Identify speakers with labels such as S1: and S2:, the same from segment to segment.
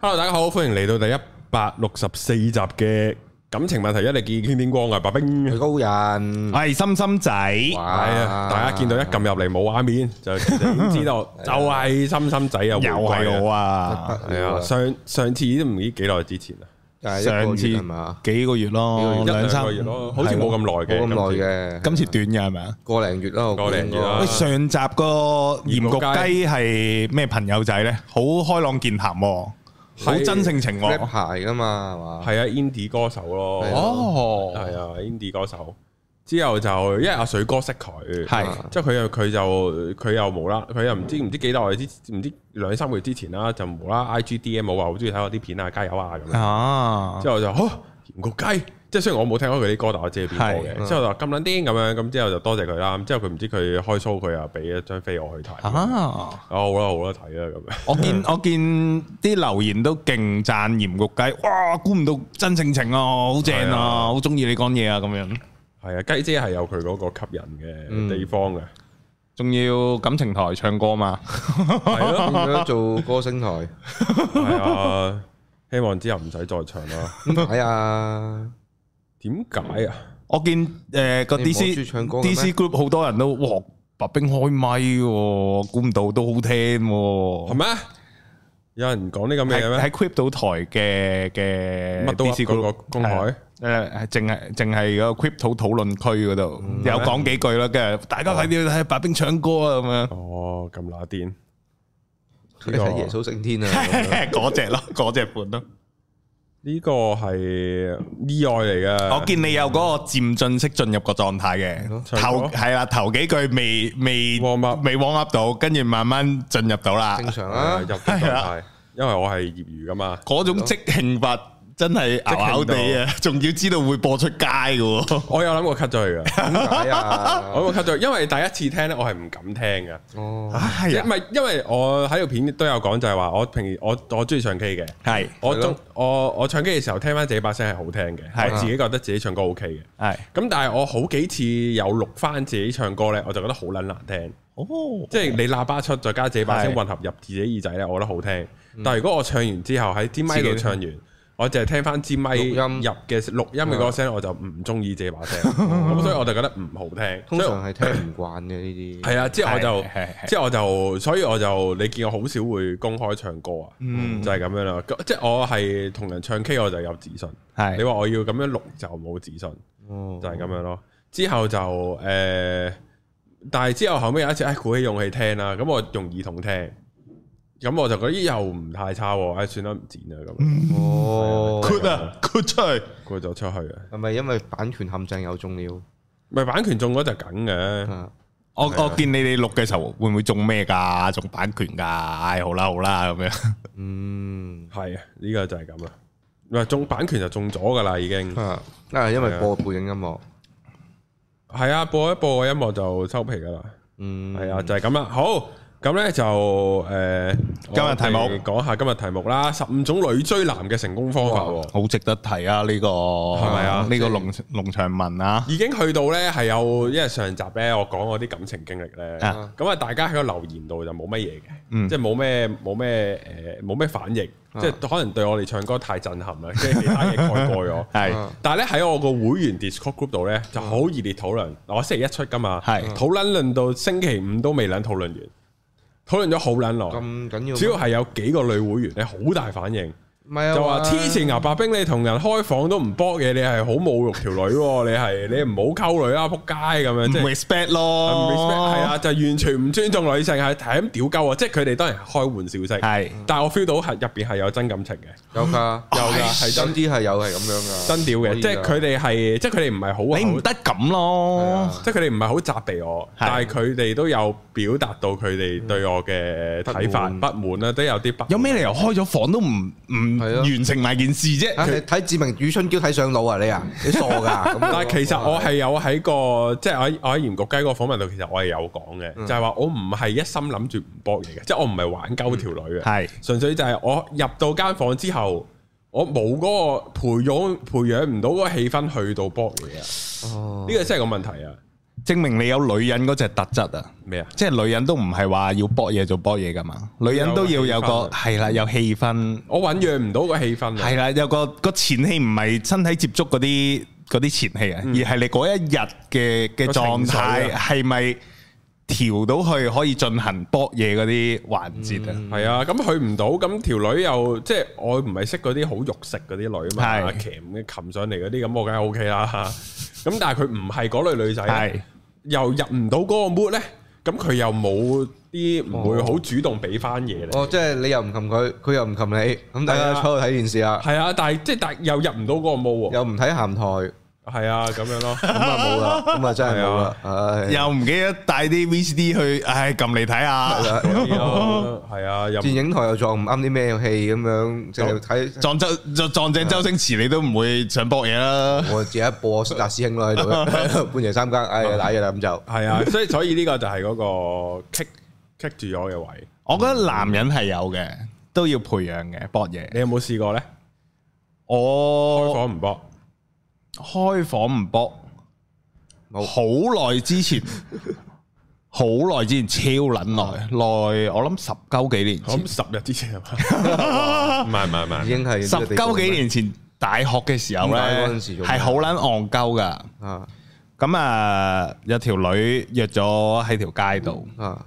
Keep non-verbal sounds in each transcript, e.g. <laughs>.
S1: Hello，大家好，歡迎嚟到第一百六十四集嘅感情問題一力建議傾天光啊，白冰。係
S2: 高
S3: <laughs>
S2: 人，
S3: 系心心仔，
S1: 啊，大家見到一撳入嚟冇畫面，就就已經知道就係心心仔啊，
S3: 又
S1: 回歸
S3: 係我
S1: 啊，
S2: Ờ,
S3: 啊！
S1: 係
S2: dạ,
S1: 啊，上上次都唔知幾耐之前啊，
S2: 啊
S3: 上次
S2: 係嘛，
S3: 幾個月咯，
S1: 一
S3: 兩
S1: 兩
S3: 三
S1: 個月咯，好似冇咁
S3: 係
S1: 耐嘅，
S2: 冇咁
S1: 今次
S2: 耐嘅，
S3: 今次短嘅係咪啊？
S2: 個零月啦，我
S1: 個零月啦
S2: 估
S3: 喂，
S2: 應
S1: 啊
S3: 上集個鹽焗雞係咩朋友仔咧？好開朗健談喎，好
S1: 係
S3: 真性情
S2: 該 rap
S3: 喎。
S2: 牌噶嘛，係嘛？
S1: 係啊，indie 歌手咯，
S2: 係啊
S3: 哦，
S1: 係啊，indie 歌手。之後就因為阿水哥識佢，
S3: 係
S1: 即係佢又佢就佢又無啦，佢又唔知唔知幾耐之唔知兩三個月之前啦，就無啦 I G D M 我話好中意睇我啲片啊，加油啊咁樣。
S3: 啊
S1: 之，後就嚇鹽焗雞，即係雖然我冇聽開佢啲歌，但我知係邊個嘅。
S2: 係
S1: 之後就咁撚癲咁樣，咁之後就多謝佢啦。咁之後佢唔知佢開 show，佢又俾一張飛我去睇。啊
S3: 啊！
S1: 好啦好啦，睇啦咁樣。
S3: 我見我見啲留言都勁讚鹽焗雞，哇！估唔到真性情啊，好正
S1: 係啊
S3: 啊，好中意你講嘢啊，咁樣，
S1: 係啊，雞姐係有佢嗰個吸引嘅地方嘅，
S3: 仲要感情台唱歌嘛，
S1: 係咯，
S2: 變咗做歌星台，
S1: 係啊。希望之後唔使再唱啦。
S2: 點解啊？
S1: 點解啊？
S3: 我見誒個
S2: 你唔係好中
S3: DC
S2: 意唱歌嘅咩
S3: DC group 好多人都哇白冰開咪喎，估唔到都好聽
S1: 係
S3: 喎。
S1: 咩？有人講呢咁嘅嘢
S3: 喺
S1: 咩？
S3: 喺 Crip 島台嘅嘅
S1: 乜都
S3: DC
S1: 嗰
S3: group
S1: 個公海
S3: 係誒，淨係淨係個 Crip 島討論區嗰度有講幾句啦，跟住大家快啲去睇白冰唱歌啊咁樣。
S1: 哦，咁乸癲，
S2: 你睇耶穌升天啊？咁樣
S3: 嗰只咯，嗰只款咯。
S1: 呢個係意外嚟嘅。
S3: 我見你有 <laughs> 嗰個漸進式進入個狀態嘅，
S1: 唱歌
S3: 頭係啦，頭幾句未未
S1: Warm up
S3: 未 warm up 到，跟住慢慢進入到啦。
S2: 正常
S1: 啊
S2: 啊
S1: 入，嘅狀態，因為我係業餘噶嘛。
S3: 嗰種即興法真係咬咬地啊，仲要知道會播出街嘅喎。
S1: 我有諗過 cut 咗佢噶，
S2: 點解啊？
S1: 我諗過 cut 咗佢，因為第一次聽咧，我係唔敢聽嘅。
S2: 哦，
S1: 即係唔
S3: 係
S1: 係因為我喺條片都有講，就係話我平時我我中意唱 K 嘅，
S3: 係
S1: 我
S2: 係咯
S1: 中我我唱 K 嘅時候聽翻自己把聲係好聽嘅，
S3: 係
S1: 我自己覺得自己唱歌 OK 嘅。
S3: 係
S1: 咁但係我好幾次有錄翻自己唱歌咧，我就覺得好撚難聽。
S3: 哦，
S1: 即係你喇叭出再加自己把聲
S3: 係嗯
S1: 混合入自己耳仔咧，我覺得好聽。但係如果我唱完之後喺支咪度唱完，我淨係聽翻支咪入
S2: 錄音
S1: 嘅錄音
S3: 嗯
S1: 嘅嗰個聲，我就唔中意自己把聲，
S3: <laughs>
S1: 咁所以我就覺得唔好聽。
S2: 通
S1: 所以
S2: 常係聽唔慣嘅呢啲，
S1: 係啊，之後我就
S3: 係係係
S1: 之後我就，所以我就你見我好少會公開唱歌啊，
S3: 嗯
S1: 就係咁樣啦。咁即係我係同人唱 K 我就有自信，你
S3: 係
S1: 話我要咁樣錄就冇自信。
S2: 哦
S1: 就係咁樣咯。之後就誒、呃但係之後後尾有一次，唉、鼓起勇氣聽啦，咁我用耳筒聽，咁我就覺得咦又唔太差喎，唉、算啦唔剪啦
S3: 嗯
S1: 咁，
S2: 哦，
S3: 豁啊豁出去，
S1: 過咗出去嘅。
S2: 係咪因為版權陷阱又中了
S1: 咪版權中嗰就梗嘅，
S2: 啊？
S3: 我我見你哋錄嘅時候會唔會中咩㗎？中版權㗎？唉，好啦好啦咁樣。
S2: 嗯，
S1: 係啊，呢、個就係咁啦。咪中版權就中咗噶啦，已經
S2: 啊，啊，因為播背景音樂，
S1: 係啊，播一播嘅音樂就收皮噶啦。
S2: 嗯，
S1: 係啊，就係咁啦。好，咁呢就誒，
S3: 今日題目
S1: 講下今日題目啦，十五種女追男嘅成功方法喎。
S3: <laughs> 好值得提啊！呢個係
S1: 咪啊
S3: 呢個農農場文啊，
S1: 已經去到呢，係有，因為上集呢，我講我啲感情經歷呢，
S3: 啊
S1: 咁啊大家喺個留言度就冇乜嘢嘅，
S3: 嗯。
S1: 即係冇咩冇咩誒冇咩反應，即係可能對我哋唱歌太震撼啦，跟住其他嘢蓋過咗
S3: <laughs> 係
S2: 啊
S1: 但係咧喺我個會員 Discord group 度呢，就好熱烈討論。嗱我星期一出㗎嘛，
S3: 係
S1: 討論論到星期五都未撚討論完，討論咗好撚耐。
S2: 咁緊要咩，
S1: 主要係有幾個女會員咧，好大反應。
S2: 唔係啊，
S1: 就話黐線牛白冰，你同人開房都唔搏嘢，你係好侮辱條女喎！你係你唔好溝女啊啦，仆街咁樣，即
S3: 唔
S1: 係
S3: respect
S1: 唔
S3: 咯，
S1: respect 係啊，就完全唔尊重女性，係係咁屌鳩啊！即係佢哋當然係開玩笑式，
S3: 係
S1: 但係我 feel 到係入邊係有真感情嘅，
S2: 有㗎，
S1: <laughs> 有㗎係真
S2: 真啲係有係咁樣噶，
S1: 真屌嘅，即係佢哋係即係佢哋唔係好
S3: 你唔得咁咯，
S2: 啊
S1: 即係佢哋唔係好責備我，但係佢哋都有表達到佢哋對我嘅睇法
S2: 嗯
S1: 不滿啦，都有啲不滿
S3: 有咩理由開咗房都唔唔
S2: 係啊
S3: 完成埋件事啫？
S2: 啊你睇志明與春嬌睇上腦啊你啊，你傻
S1: <laughs>
S2: 㗎？咁
S1: 但係其實我係有喺個即係我喺我喺鹽焗雞個訪問度，其實我係有講嘅，就係話我唔係一心諗住唔搏嘢嘅，即係我唔係玩鳩條女嘅，
S3: 嗯係
S1: 純粹就係我入到間房之後，我冇嗰個培養培養唔到嗰個氣氛去到搏嘢啊！
S2: 哦
S1: 呢個真係個問題啊！
S3: 證明你有女人嗰隻特質啊！
S1: 咩啊？
S3: 即係女人都唔係話要搏嘢就搏嘢噶嘛，女人都要有個
S1: 有氣氛
S3: 係啦，有氣氛
S1: 我醖釀唔到個氣氛啊！
S3: 係啦，有個個前戲唔係身體接觸嗰啲嗰啲前戲啊，而係你嗰一日嘅嘅
S1: 嗯個
S3: 狀
S1: 情緒啊
S3: 態係咪調到去可以進行搏嘢嗰啲環節啊？
S1: 係啊，咁去唔到，咁條女又即係我唔係識嗰啲好肉食嗰啲女啊
S3: 係
S1: 嘛，鉗嘅擒上嚟嗰啲，咁我梗係 O K 啦。咁但係佢唔係嗰類女仔啊，
S3: 係
S1: 又入唔到嗰個 mood 咧，咁佢又冇啲唔會好主動俾翻嘢嚟。
S2: 哦，即係你又唔擒佢，佢又唔擒你，咁大家
S1: 係啊
S2: 坐喺度睇電視啊，
S1: 係啊，但係即係但係又入唔到嗰個 mood 喎。
S2: 又唔睇鹹台，
S1: 係啊，咁樣
S3: <laughs>
S1: 咯。
S2: 咁啊冇啦，咁啊真係冇啦，
S1: 嗯
S2: 唉，
S3: 又唔記得帶啲 VCD 去，唉撳嚟睇下，
S2: 係啦
S1: 嗰啲咯係啊，又唔
S2: 電影台又撞唔啱啲咩戲咁樣，即係睇
S3: 撞周撞撞正周星馳你都唔會想搏嘢啦。
S1: 嗯
S2: 我自己一播嗱師兄咯喺
S1: <laughs>
S2: 度，半夜三更，唉，瀨嘢啦咁就。
S1: 係啊，所以所以呢個就係嗰個棘棘住咗嘅位。
S3: 我覺得男人係有嘅，都要培養嘅搏嘢。
S1: 你有冇試過咧？開
S3: 我
S1: 房唔搏，
S3: 開房唔搏，
S2: 冇
S3: 好耐
S2: <laughs>
S3: 之前，好耐之前超撚耐，耐我諗十鳩幾年
S1: 我
S3: 前
S1: 諗，十日之
S3: <laughs>
S1: 前係嘛？唔係唔係唔
S2: 已
S1: 係，
S2: 經係
S3: 十鳩幾年前大學嘅時候
S2: 咁
S3: 咧，
S2: 大嗰陣時做咩
S3: 係好撚戇鳩噶。
S2: 啊
S3: 咁啊，有條女約咗喺條街度。
S2: 啊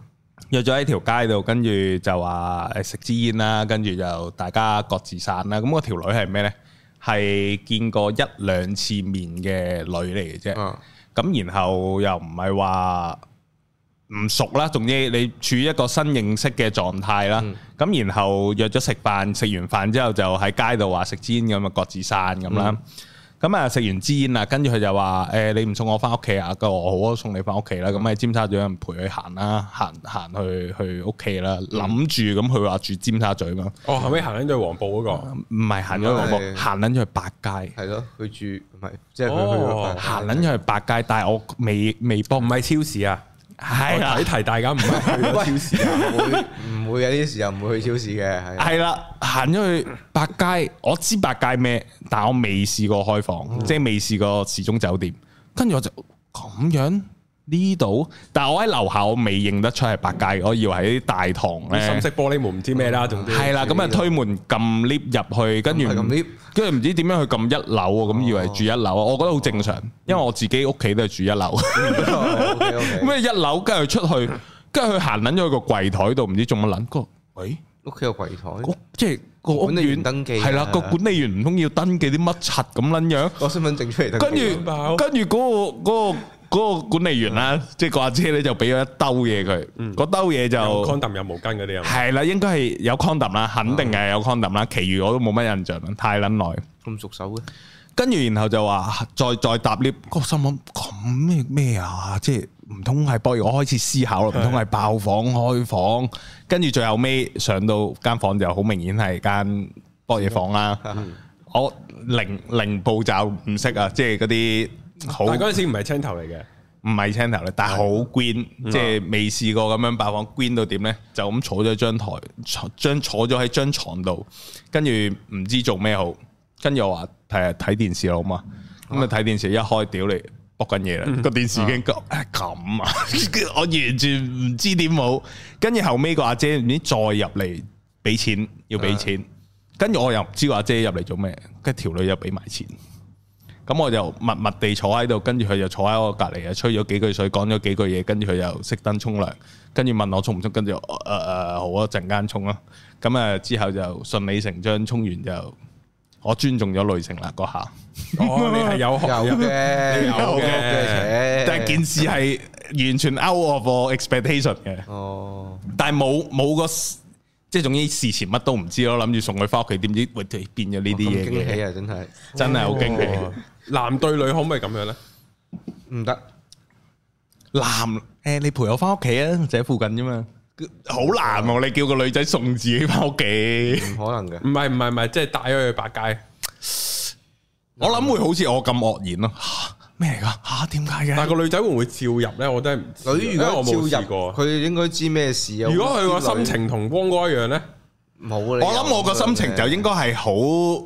S3: 約咗喺條街度，跟住就話誒食支煙啦，跟住就大家各自散啦。咁嗰條女係咩呢？係見過一兩次面嘅女嚟嘅啫。
S2: 啊
S3: 咁然後又唔係話唔熟啦，總之你處於一個新認識嘅狀態啦。咁、然後約咗食飯，食完飯之後就喺街度話食煎咁啊，各自散咁啦。咁啊食完支煙啦，跟住佢就話：誒、你唔送我翻屋企啊？咁我好啊，送你翻屋企啦。咁喺尖沙咀有人陪佢行啦，行行去去屋企啦。諗住咁佢話住尖沙咀嘛，
S1: 哦，後尾行緊對黃埔
S2: 啊
S1: 嗰
S3: 唔係行咗
S2: 唔
S3: 黃
S2: 係
S3: 埔，行撚咗去百佳，
S2: 係咯，佢住唔係即係佢去咗
S3: 行撚咗去百佳，但係我未未
S1: 個，
S3: 幫
S1: 哦唔，係超市啊！
S2: 哎
S3: 係啦
S1: 我。提提大家唔係去
S2: <laughs>
S1: 咗超市啊！
S2: 唔會唔會有啲時候唔會去超市嘅，係啊
S3: 系啦，行咗去百佳，我知百佳咩，但我未試過開房，即係未試過時鐘酒店。跟住我就咁樣呢度，但系我喺樓下，我未認得出係百佳嘅，我以為喺啲大堂
S1: 啲深
S3: 咧。
S1: 色玻璃門唔知咩
S2: 嗯
S1: 啦，總之
S3: 係啦，咁啊推門撳 lift 入去，跟住
S2: 唔係撳 lift
S3: 跟住唔知點樣去撳一樓啊，咁以為住一樓啊，我覺得好正常，因為我自己屋企都係住
S1: <laughs>
S3: 一樓。
S2: 嗯 OK OK，
S3: 咩一樓，跟住出去，跟住佢行撚咗去個櫃台度，唔知做乜撚，個喂。
S2: 屋企有櫃台
S3: 屋，即係個屋
S2: 管理
S3: 苑
S2: 員登記
S3: 係啦，
S2: 啊
S3: 個管理員唔通要登記啲乜柒咁撚樣？
S2: 攞身份證出嚟，
S3: 跟
S1: 登報
S3: 住跟住嗰個嗰個嗰個管理員啦，即係個阿姐咧就俾咗一兜嘢
S2: 嗯
S3: 佢，嗰兜嘢
S1: 有
S3: 就
S1: condom 有毛巾嗰啲啊，
S3: 係啦，應該係有 condom 啦，肯定係有 condom 啦，其餘我都冇乜印象啦，太撚耐。
S2: 咁熟手嘅，
S3: 跟住然後就話再再搭 lift，個心諗咁咩咩啊？即係唔通係博？我開始思考啦，唔通係爆房開房？跟住最後尾上到間房就好明顯係間博嘢房啦。
S1: 嗯
S3: 我零零步驟唔識啊，即係嗰啲好
S1: 但係嗰陣時唔係青頭嚟嘅，
S3: 唔係青頭咧，但係嗯好 green，即係未試過咁樣爆房 green 到點呢？就咁坐咗張台，坐張坐咗喺張床度，跟住唔知做咩好，跟住我話睇睇電視啦好嘛，咁啊睇電視一開屌你卜緊嘢啦，個電視已經咁啊咁啊， <laughs> 我完全唔知點好，跟住後尾個阿姐唔知再入嚟俾錢，要俾錢，跟住我又唔知個阿姐入嚟做咩，跟住條女又俾埋錢。咁我就默默地坐喺度，跟住佢就坐喺我隔離啊，吹咗幾句水，講咗幾句嘢，跟住佢又熄燈沖涼，跟住問我沖唔沖，跟住誒誒好啊，陣間沖啦。咁啊之後就順理成章沖完就，我尊重咗女性啦嗰下，
S1: 哦，
S2: <laughs>
S1: 你係有學 <laughs>
S2: 有嘅
S1: 有嘅
S3: <laughs> 但係件
S2: 見
S3: 事係完全 out of our expectation 嘅，
S2: 哦，
S3: 但係冇冇個即係總之事前乜都唔知咯，諗住送佢翻屋企，點知喂變咗呢啲
S2: 咁
S3: 嘢
S2: 驚喜
S3: 嘅，
S2: 啊，真係
S3: 真係好驚喜。
S1: 哦男對女可唔可以咁樣咧？
S2: 唔得，
S3: 男誒、你陪我翻屋企啊，就喺附近啫嘛。好難喎、你叫個女仔送自己翻屋企，
S2: 唔可能嘅
S1: 唔，係唔係唔係，即係帶咗去百佳。
S3: 我諗會好似我咁愕然咯。嚇 <laughs> 咩嚟㗎？嚇點解嘅？
S1: 但係個女仔會唔會照入咧？我真係唔知啊
S2: 女
S1: 因
S2: 如
S1: 為我
S2: 果
S1: 冇
S2: 照
S1: 試
S2: 入
S1: 過。
S2: 佢應該知咩事啊，
S1: 如果佢個心情同光哥一樣咧，
S2: 冇啊
S3: 我諗我個心情就應該係好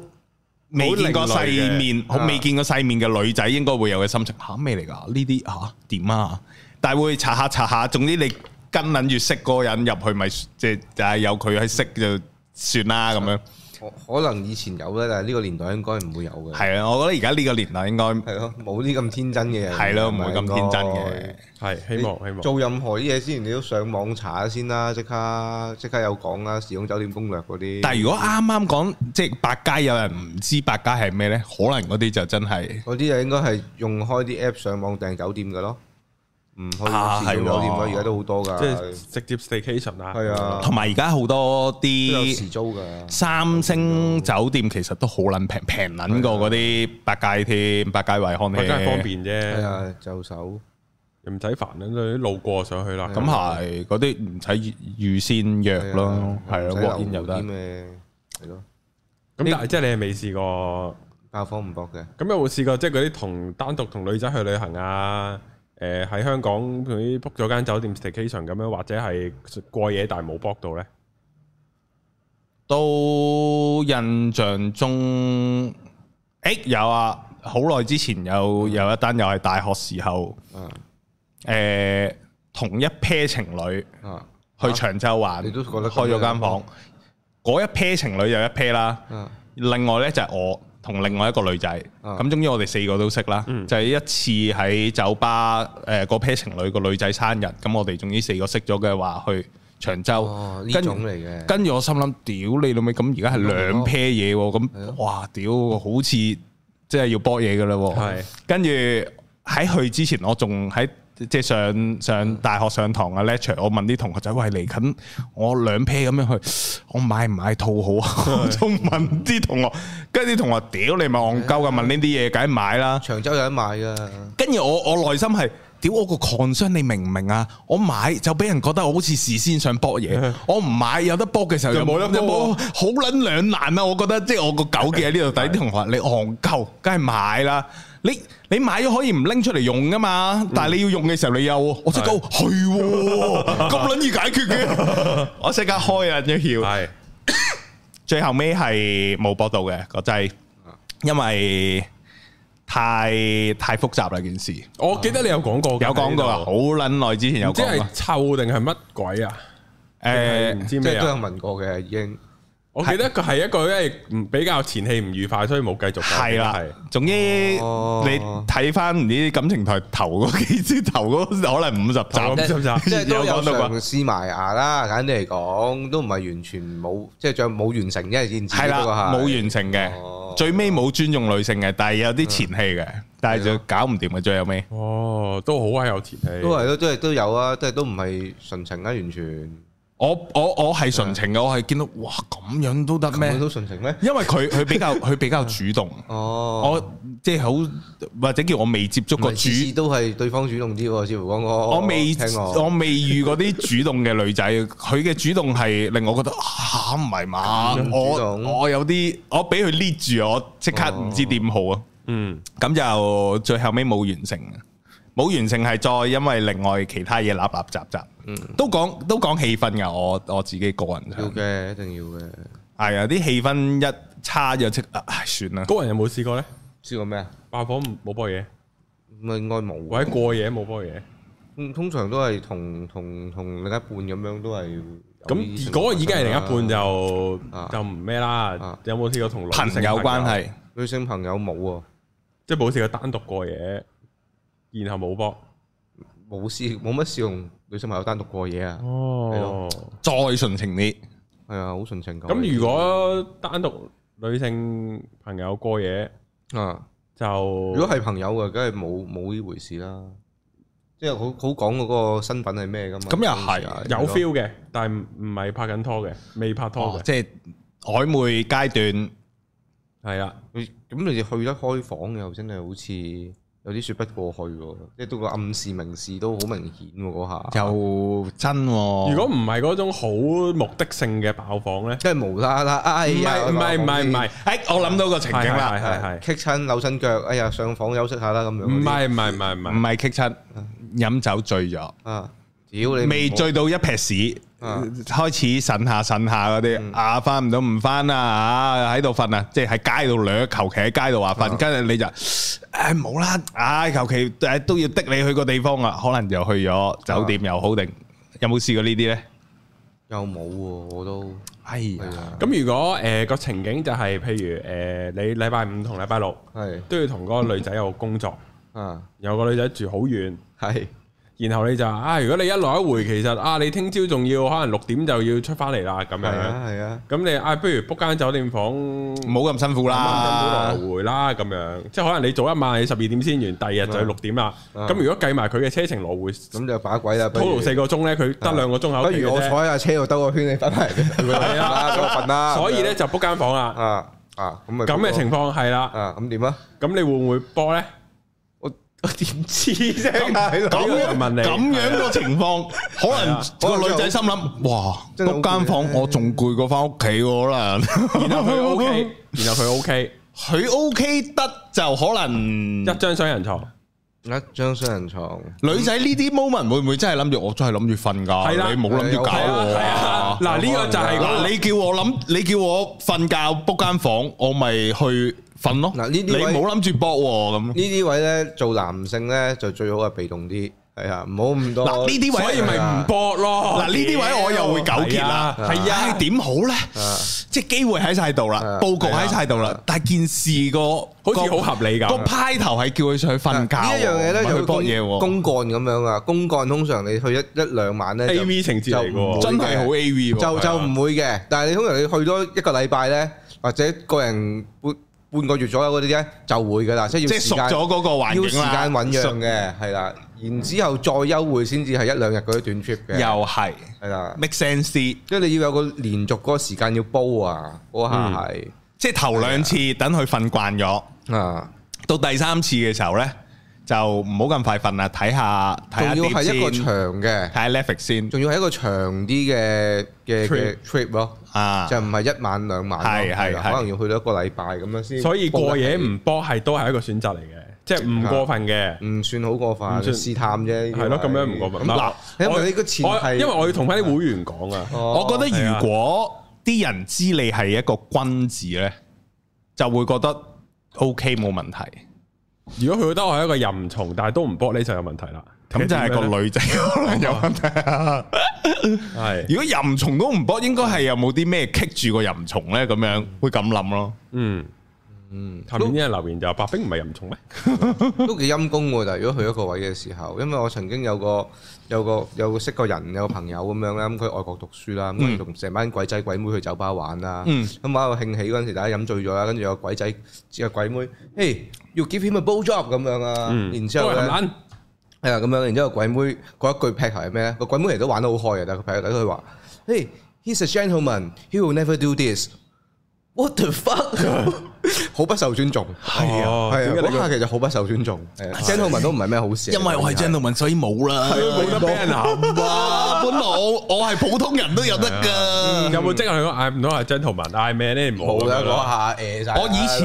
S3: 未見過世面，
S1: 好另類嘅
S3: 好未見過世面嘅女仔應該會有嘅心情吓咩嚟㗎？呢啲吓點啊？但係會查下查下，總之你跟撚住識嗰個人入去，咪即係就係有佢喺識就算啦咁樣。
S2: 可可能以前有咧，但係呢個年代應該唔會有嘅。
S3: 係啊，我覺得而家呢個年代應該
S2: 係咯，冇啲咁天真嘅人。
S3: 係咯，唔會咁天真
S2: 應
S3: 嘅
S2: 該。
S1: 係希望希望。
S2: 做任何啲嘢之前，你都上網查先啦，即刻即刻有講啦，《時空酒店攻略》嗰啲。
S3: 但係如果啱啱講即係百佳，有人唔知百佳係咩呢？可能嗰啲就真係
S2: 嗰啲就應該係用開啲 app 上網訂酒店嘅咯，唔去
S3: 啊
S2: 市酒店
S3: 係喎
S2: 咯，而家都好多噶，
S1: 即係直接 station 啊，
S2: 係啊
S3: 同啊埋而家好多
S2: 都有
S3: 啲
S2: 時租噶。
S3: 三星酒店其實都好撚平，平撚過嗰啲百佳添，百佳惠康
S1: 咁梗
S3: 添，
S1: 係方。便
S2: 係
S1: 啫，
S2: 啊，就手
S1: 又唔使煩啦，都路過上去啦。
S3: 咁係嗰啲唔使預預先約咯，係啊，
S2: 落
S3: 鑊煙又得
S2: 啲。咩？係咯，
S1: 咁但係即係你係未試過，
S2: 爆房唔搏嘅，
S1: 咁有冇試過即係嗰啲同單獨同女仔去旅行啊？誒喺香港嗰啲 book 咗間酒店 station 咁樣，或者係過夜但係冇 book 到咧？
S3: 都印象中，誒有啊，好耐之前有有一單又係大學時候，
S2: 啊
S3: 誒呃同一 pair 情侶。
S2: 啊
S3: 去長洲玩，
S2: 你都覺得咁啊
S3: 開咗間房，嗰一 pair 情侶有一 pair 啦。
S2: 啊
S3: 另外呢，就係我同另外一個女仔，
S2: 啊嗯
S3: 咁終於我哋四個都識啦。就係一次喺酒吧，誒個 pair 情侶個女仔生日，咁我哋終於四個識咗嘅話去長
S2: 哦
S3: 洲，
S2: 呢
S3: 跟
S2: 種嚟嘅，
S3: 跟住我心諗，屌你老味，咁而家係兩 pair 嘢喎，咁哇屌，好似即係要搏嘢噶啦喎
S1: 係。
S3: 跟住喺去之前，我仲喺即係上上大學上堂啊 lecture，我問啲同學仔，喂嚟緊我兩 pair 咁樣去，我買唔買套好啊？我仲問啲同學，跟住啲同學，屌你咪戇鳩噶，問呢啲嘢梗係買啦。
S2: 長洲有得賣噶，
S3: 跟住我我內心係。屌我個 concern 你明唔明啊？我買就俾人覺得我好似事先想搏嘢，我唔買有得搏嘅時候
S1: 就冇得
S3: 嗯就
S1: 搏
S3: 冇好撚兩難啊！我覺得即係我個糾結喺呢度，但係啲同學話你戇鳩，梗係買啦。你你買咗可以唔拎出嚟用噶嘛？但係你要用嘅時候，你又我即刻
S1: 係
S3: 嗯係喎咁撚易解決嘅， <laughs> 我即刻開啊！一竅。
S1: 係
S3: 最後尾係冇搏到嘅個掣，因為太太複雜啦件事。
S1: 我記得你有講過㗎，
S3: 有講過啊，
S1: 喺
S3: 好
S1: 度
S3: 撚耐之前有
S1: 唔知
S3: 講過
S1: 係。臭定係乜鬼啊？
S3: 誒
S1: 唔，
S2: 即
S1: 知咩
S2: 係都有
S1: 啊？
S2: 問過嘅已經。
S1: 我記得佢係一個因為唔比較前戲唔愉快，所以冇繼續講。
S3: 係啦
S1: 係，
S3: 總之你
S2: 哦
S3: 睇翻唔知感情台頭嗰幾支頭嗰可能五十
S1: 頭
S3: 集，
S1: 50集
S2: 即係都有
S3: 有講到
S2: 嘗
S3: 啩
S2: 試埋牙啦，簡單嚟講，都唔係完全冇，即係仲冇完成啫，件事
S3: 係
S2: 不過
S3: 啦，
S2: 係
S3: 冇完成
S2: 哦
S3: 嘅，最尾冇尊重女性嘅，但係有啲前戲嘅，但係就搞唔掂嘅最後尾。
S1: 哦，都好啊，有前戲。
S2: 都係咯，都係都有啊，即係都唔係純情啊，完全
S3: 我我我係純情嘅，我係見到哇咁樣都得咩
S2: 咁？都純情咩？
S3: 因為佢佢比較佢比較主動，
S2: <laughs> 哦，
S3: 我即係好或者叫我未接觸過
S2: 唔係
S3: 主
S2: 次次都係對方主動啲喎，似乎講我
S3: 我未
S2: 哦聽
S3: 我未遇過啲主動嘅女仔，佢嘅主動係令我覺得吓唔係嘛，
S2: 主
S3: 我
S2: 動
S3: 我有啲我俾佢 lead 住，我即刻唔知點好啊！
S1: 嗯，
S3: 咁就最後尾冇完成，啊冇完成係再因為另外其他嘢立立雜雜，都講都講氣氛噶，我我自己個人
S2: 要
S3: 上
S2: 嘅，一定要嘅。
S3: 係啊，啲氣氛一差就即啊唉算啦，
S1: 高人有冇試過咧？
S2: 知過咩啊？
S1: 爆房唔冇波嘢，
S2: 咁應該冇。
S1: 或者過夜冇波嘢。
S2: 咁通常都係同同同另一半咁樣都係有呢啲
S1: 咁
S2: 情況
S1: 如果已經係另一半就
S2: 啊
S1: 就唔咩啦
S2: 啊。
S1: 有冇試過同女性
S3: 朋友關，係
S2: 女性朋友冇喎，
S1: 即係冇試過單獨過夜，然後冇波。
S2: 冇試冇乜試用女性朋友單獨過夜啊，係
S1: 哦
S2: 咯，
S3: 再純情啲，
S2: 係啊，好純情㗎。
S1: 咁如果單獨女性朋友過夜
S2: 啊。
S1: 就
S2: 如果係朋友嘅，梗係冇冇呢回事啦。即係好好講嗰個身份係咩噶嘛？啊
S3: 咁又係
S1: 有 feel 嘅，但係唔唔係拍緊拖嘅，未拍拖
S3: 哦
S1: 嘅，
S3: 即係曖昧階段。
S1: 係啦。
S2: 咁你哋去得開房嘅又真係好似有啲説不過去喎，即係到個暗示明示都好明顯喎嗰下。
S3: 又真喎、
S1: 如果唔係嗰種好目的性嘅爆房咧，
S2: 即係無啦啦，哎
S1: 唔
S2: 呀！
S1: 係唔係唔係唔係，
S3: 诶、哎我諗到個情景
S1: 係
S3: 啦，
S1: 係係
S2: 棘親扭親腳，哎呀上房休息下啦咁樣嗰啲。
S1: 唔係唔係唔係唔
S3: 唔
S1: 係，
S3: 係棘親，飲酒醉咗，
S2: 啊，屌
S1: 嗯
S2: 你
S3: 未追到一撇屎，
S2: 啊
S3: 開始呻下呻下嗰
S1: 嗯
S3: 啲，啊翻唔到唔翻啦，啊喺度瞓啊，即係喺街度掠，求其喺街度話
S1: 啊
S3: 瞓，跟住你就唉冇啦，唉求其誒都要的你去個地方啊，可能就去咗酒店又好定，有冇試過呢啲咧？
S2: 又冇喎，我都
S3: 哎呀
S2: 係啊，
S1: 咁如果誒個情景就係譬如誒你禮拜五同禮拜六
S2: 啊係
S1: 都要同嗰個女仔有工作，
S2: 啊，
S1: 有個女仔住好遠。
S2: 係
S1: 然後你就啊，如果你一來一回，其實啊，你聽朝仲要可能六點就要出翻嚟啦，咁
S2: 係
S1: 樣。
S2: 啊係啊，
S1: 咁你啊，不如 book 間酒店房，
S3: 唔好咁辛苦啦
S1: 咁，來回啦，咁樣。即係可能你早一晚，你十二點先完，第二日就要六點啦。
S2: 嗯
S1: 咁如果計埋佢嘅車程來回嗯
S2: 咁就把鬼啦，不如
S1: ，total 四個鐘呢，佢得兩個鐘口。
S2: 不如我坐喺架車度兜個圈，你翻埋嚟，係啊，我瞓啦，
S1: 所以呢，就 book 間房啦。
S2: 啊啊咁咪
S1: 咁嘅情況係啦，
S2: 啊咁點啊？
S1: 咁你會唔會波呢？
S2: 我我點知啫？係咯
S1: 咁
S3: 咁
S1: 我
S3: 樣
S1: 問你啊
S3: 咁樣個情況，可能個女仔心諗：哇，
S2: 真係好
S3: 嗰間
S2: 攰
S3: 房
S2: 咧
S3: 我仲攰過翻屋企喎，可能。
S1: 然後佢
S2: <laughs>
S3: <laughs>
S1: OK，然後佢 OK，
S3: 佢 OK 得就可能
S1: 一張雙人床。
S2: 一張雙人床，
S3: 女仔呢啲 moment 會唔會真係諗住我真係諗住瞓㗎？
S1: 係啦
S3: 你冇諗住搞我啊？
S1: 嗱呢個就係嗰個
S3: 嗱，你叫我諗，你叫我瞓覺 book 間房，我咪去瞓咯。
S2: 嗱呢
S3: 你
S2: 啲位
S3: 冇諗住搏喎咁。
S2: 呢啲位咧做男性咧就最好係被動啲，係啊，唔好咁多。
S3: 嗱呢啲位
S1: 所以咪唔搏咯。
S3: 啊嗱呢啲位我又會糾結啦，
S1: 哦係啊係啊啊
S3: 唉點好咧？即係機會喺晒度
S2: 啊
S3: 啦，佈局喺晒度啦，但係件事個
S1: 好似好合理咁
S3: 個派頭係叫佢上去瞓覺喎，
S2: 呢一樣嘢咧
S3: 唔係
S2: 就
S3: 去搏嘢喎，
S2: 公幹咁樣啊，公幹通常你去一一兩晚咧
S1: A V 情節嚟嘅喎
S3: 真係好
S2: à.
S3: A V 喎，
S2: 就
S3: 係
S2: 就
S3: 啊
S2: 唔會嘅。但係你通常你去多一個禮拜咧，或者個人半半個月左右嗰啲咧就會㗎啦，即係
S3: 即
S2: 要
S3: 係
S2: 時
S3: 熟
S2: 間
S3: 咗嗰個環
S2: 要時
S3: 境啦，
S2: 間醖
S3: 熟
S2: 釀嘅，係啦。然之後再休會先至係一兩日嗰啲短 trip 嘅，
S3: 又係
S2: 係啦。
S3: make sense 啲，
S2: 即係你要有個連續嗰個時間要煲啊，嗰下
S3: 嗯
S2: 係
S3: 即係頭兩次等佢瞓慣咗，
S2: 啊，
S3: 到第三次嘅時候咧就唔好咁快瞓啦，睇下睇
S2: 仲
S3: 下
S2: 要係
S3: 碟
S2: 一個
S3: 先，
S2: 長嘅
S3: 睇。下 Netflix 先
S2: 仲要係一個長啲嘅嘅嘅 trip 咯，
S3: 啊
S2: 就。唔係一晚兩晚咯，
S3: 係係
S2: 啦
S3: 係
S2: 可能要去到一個禮拜咁樣先。
S1: 所以過夜唔波係都係一個選擇嚟嘅，即係
S3: 嗯
S1: 唔過分嘅，
S2: 唔算好過分，
S1: 唔算
S2: 試探啫。
S1: 係咯，咁樣唔過
S3: 嗯
S1: 分。
S2: 咁因為你個前
S1: 我
S2: 提，哦
S1: 因為我要同翻啲會員講啊，
S2: 我
S3: 我覺得如果啲人知你係一個君子咧，就會覺得 O K 冇問題。
S1: 如果佢覺得我係一個淫蟲，但係都唔波呢就有問題啦。
S3: 咁就係個女仔 <laughs> 可能有問題啊。
S1: 係，
S3: 如果淫蟲都唔搏，應該係有冇啲咩棘住個淫蟲咧？咁樣會咁諗咯。
S1: 嗯嗯，下面啲人留言就話白冰唔係淫蟲咩？
S2: 都幾陰公喎。但係如果去一個位嘅時候，因為我曾經有個有個有個識個人有個朋友咁樣啦，咁佢外國讀書
S1: 嗯
S2: 啦，咁佢同成班鬼仔鬼妹去酒吧玩啦，
S3: 嗯
S2: 咁喺度興起嗰陣時，大家飲醉咗啦，跟住有個鬼仔有個鬼妹，誒要 give him a blow job 咁樣啊，
S1: 嗯，
S2: 然之後
S1: 都係
S2: 咧。
S1: 冚
S2: 係啊，咁樣，然之後鬼妹嗰一句劈頭係咩咧？個鬼妹其實都玩得好開嘅，但係佢劈頭佢話：，誒、h e s a gentleman, he will never do this。What the fuck？好 <laughs> 不受尊重，係
S1: 啊
S2: 係啊，
S1: 點解你
S2: 嗰
S1: 咁
S2: 下其實好不受尊重。係啊 gentleman 都唔係咩好事嚟嘅，
S3: 係 gentleman，所以啊冇啦。
S1: 冇得俾人冚。
S3: 哇！本來我我係普通人都有得噶。
S1: 有冇即係佢講嗌唔到係 gentleman，嗌咩咧？唔好
S2: 冇啦
S1: 咁樣
S2: 嗰下誒
S1: 啊
S2: 晒啦。
S3: 我以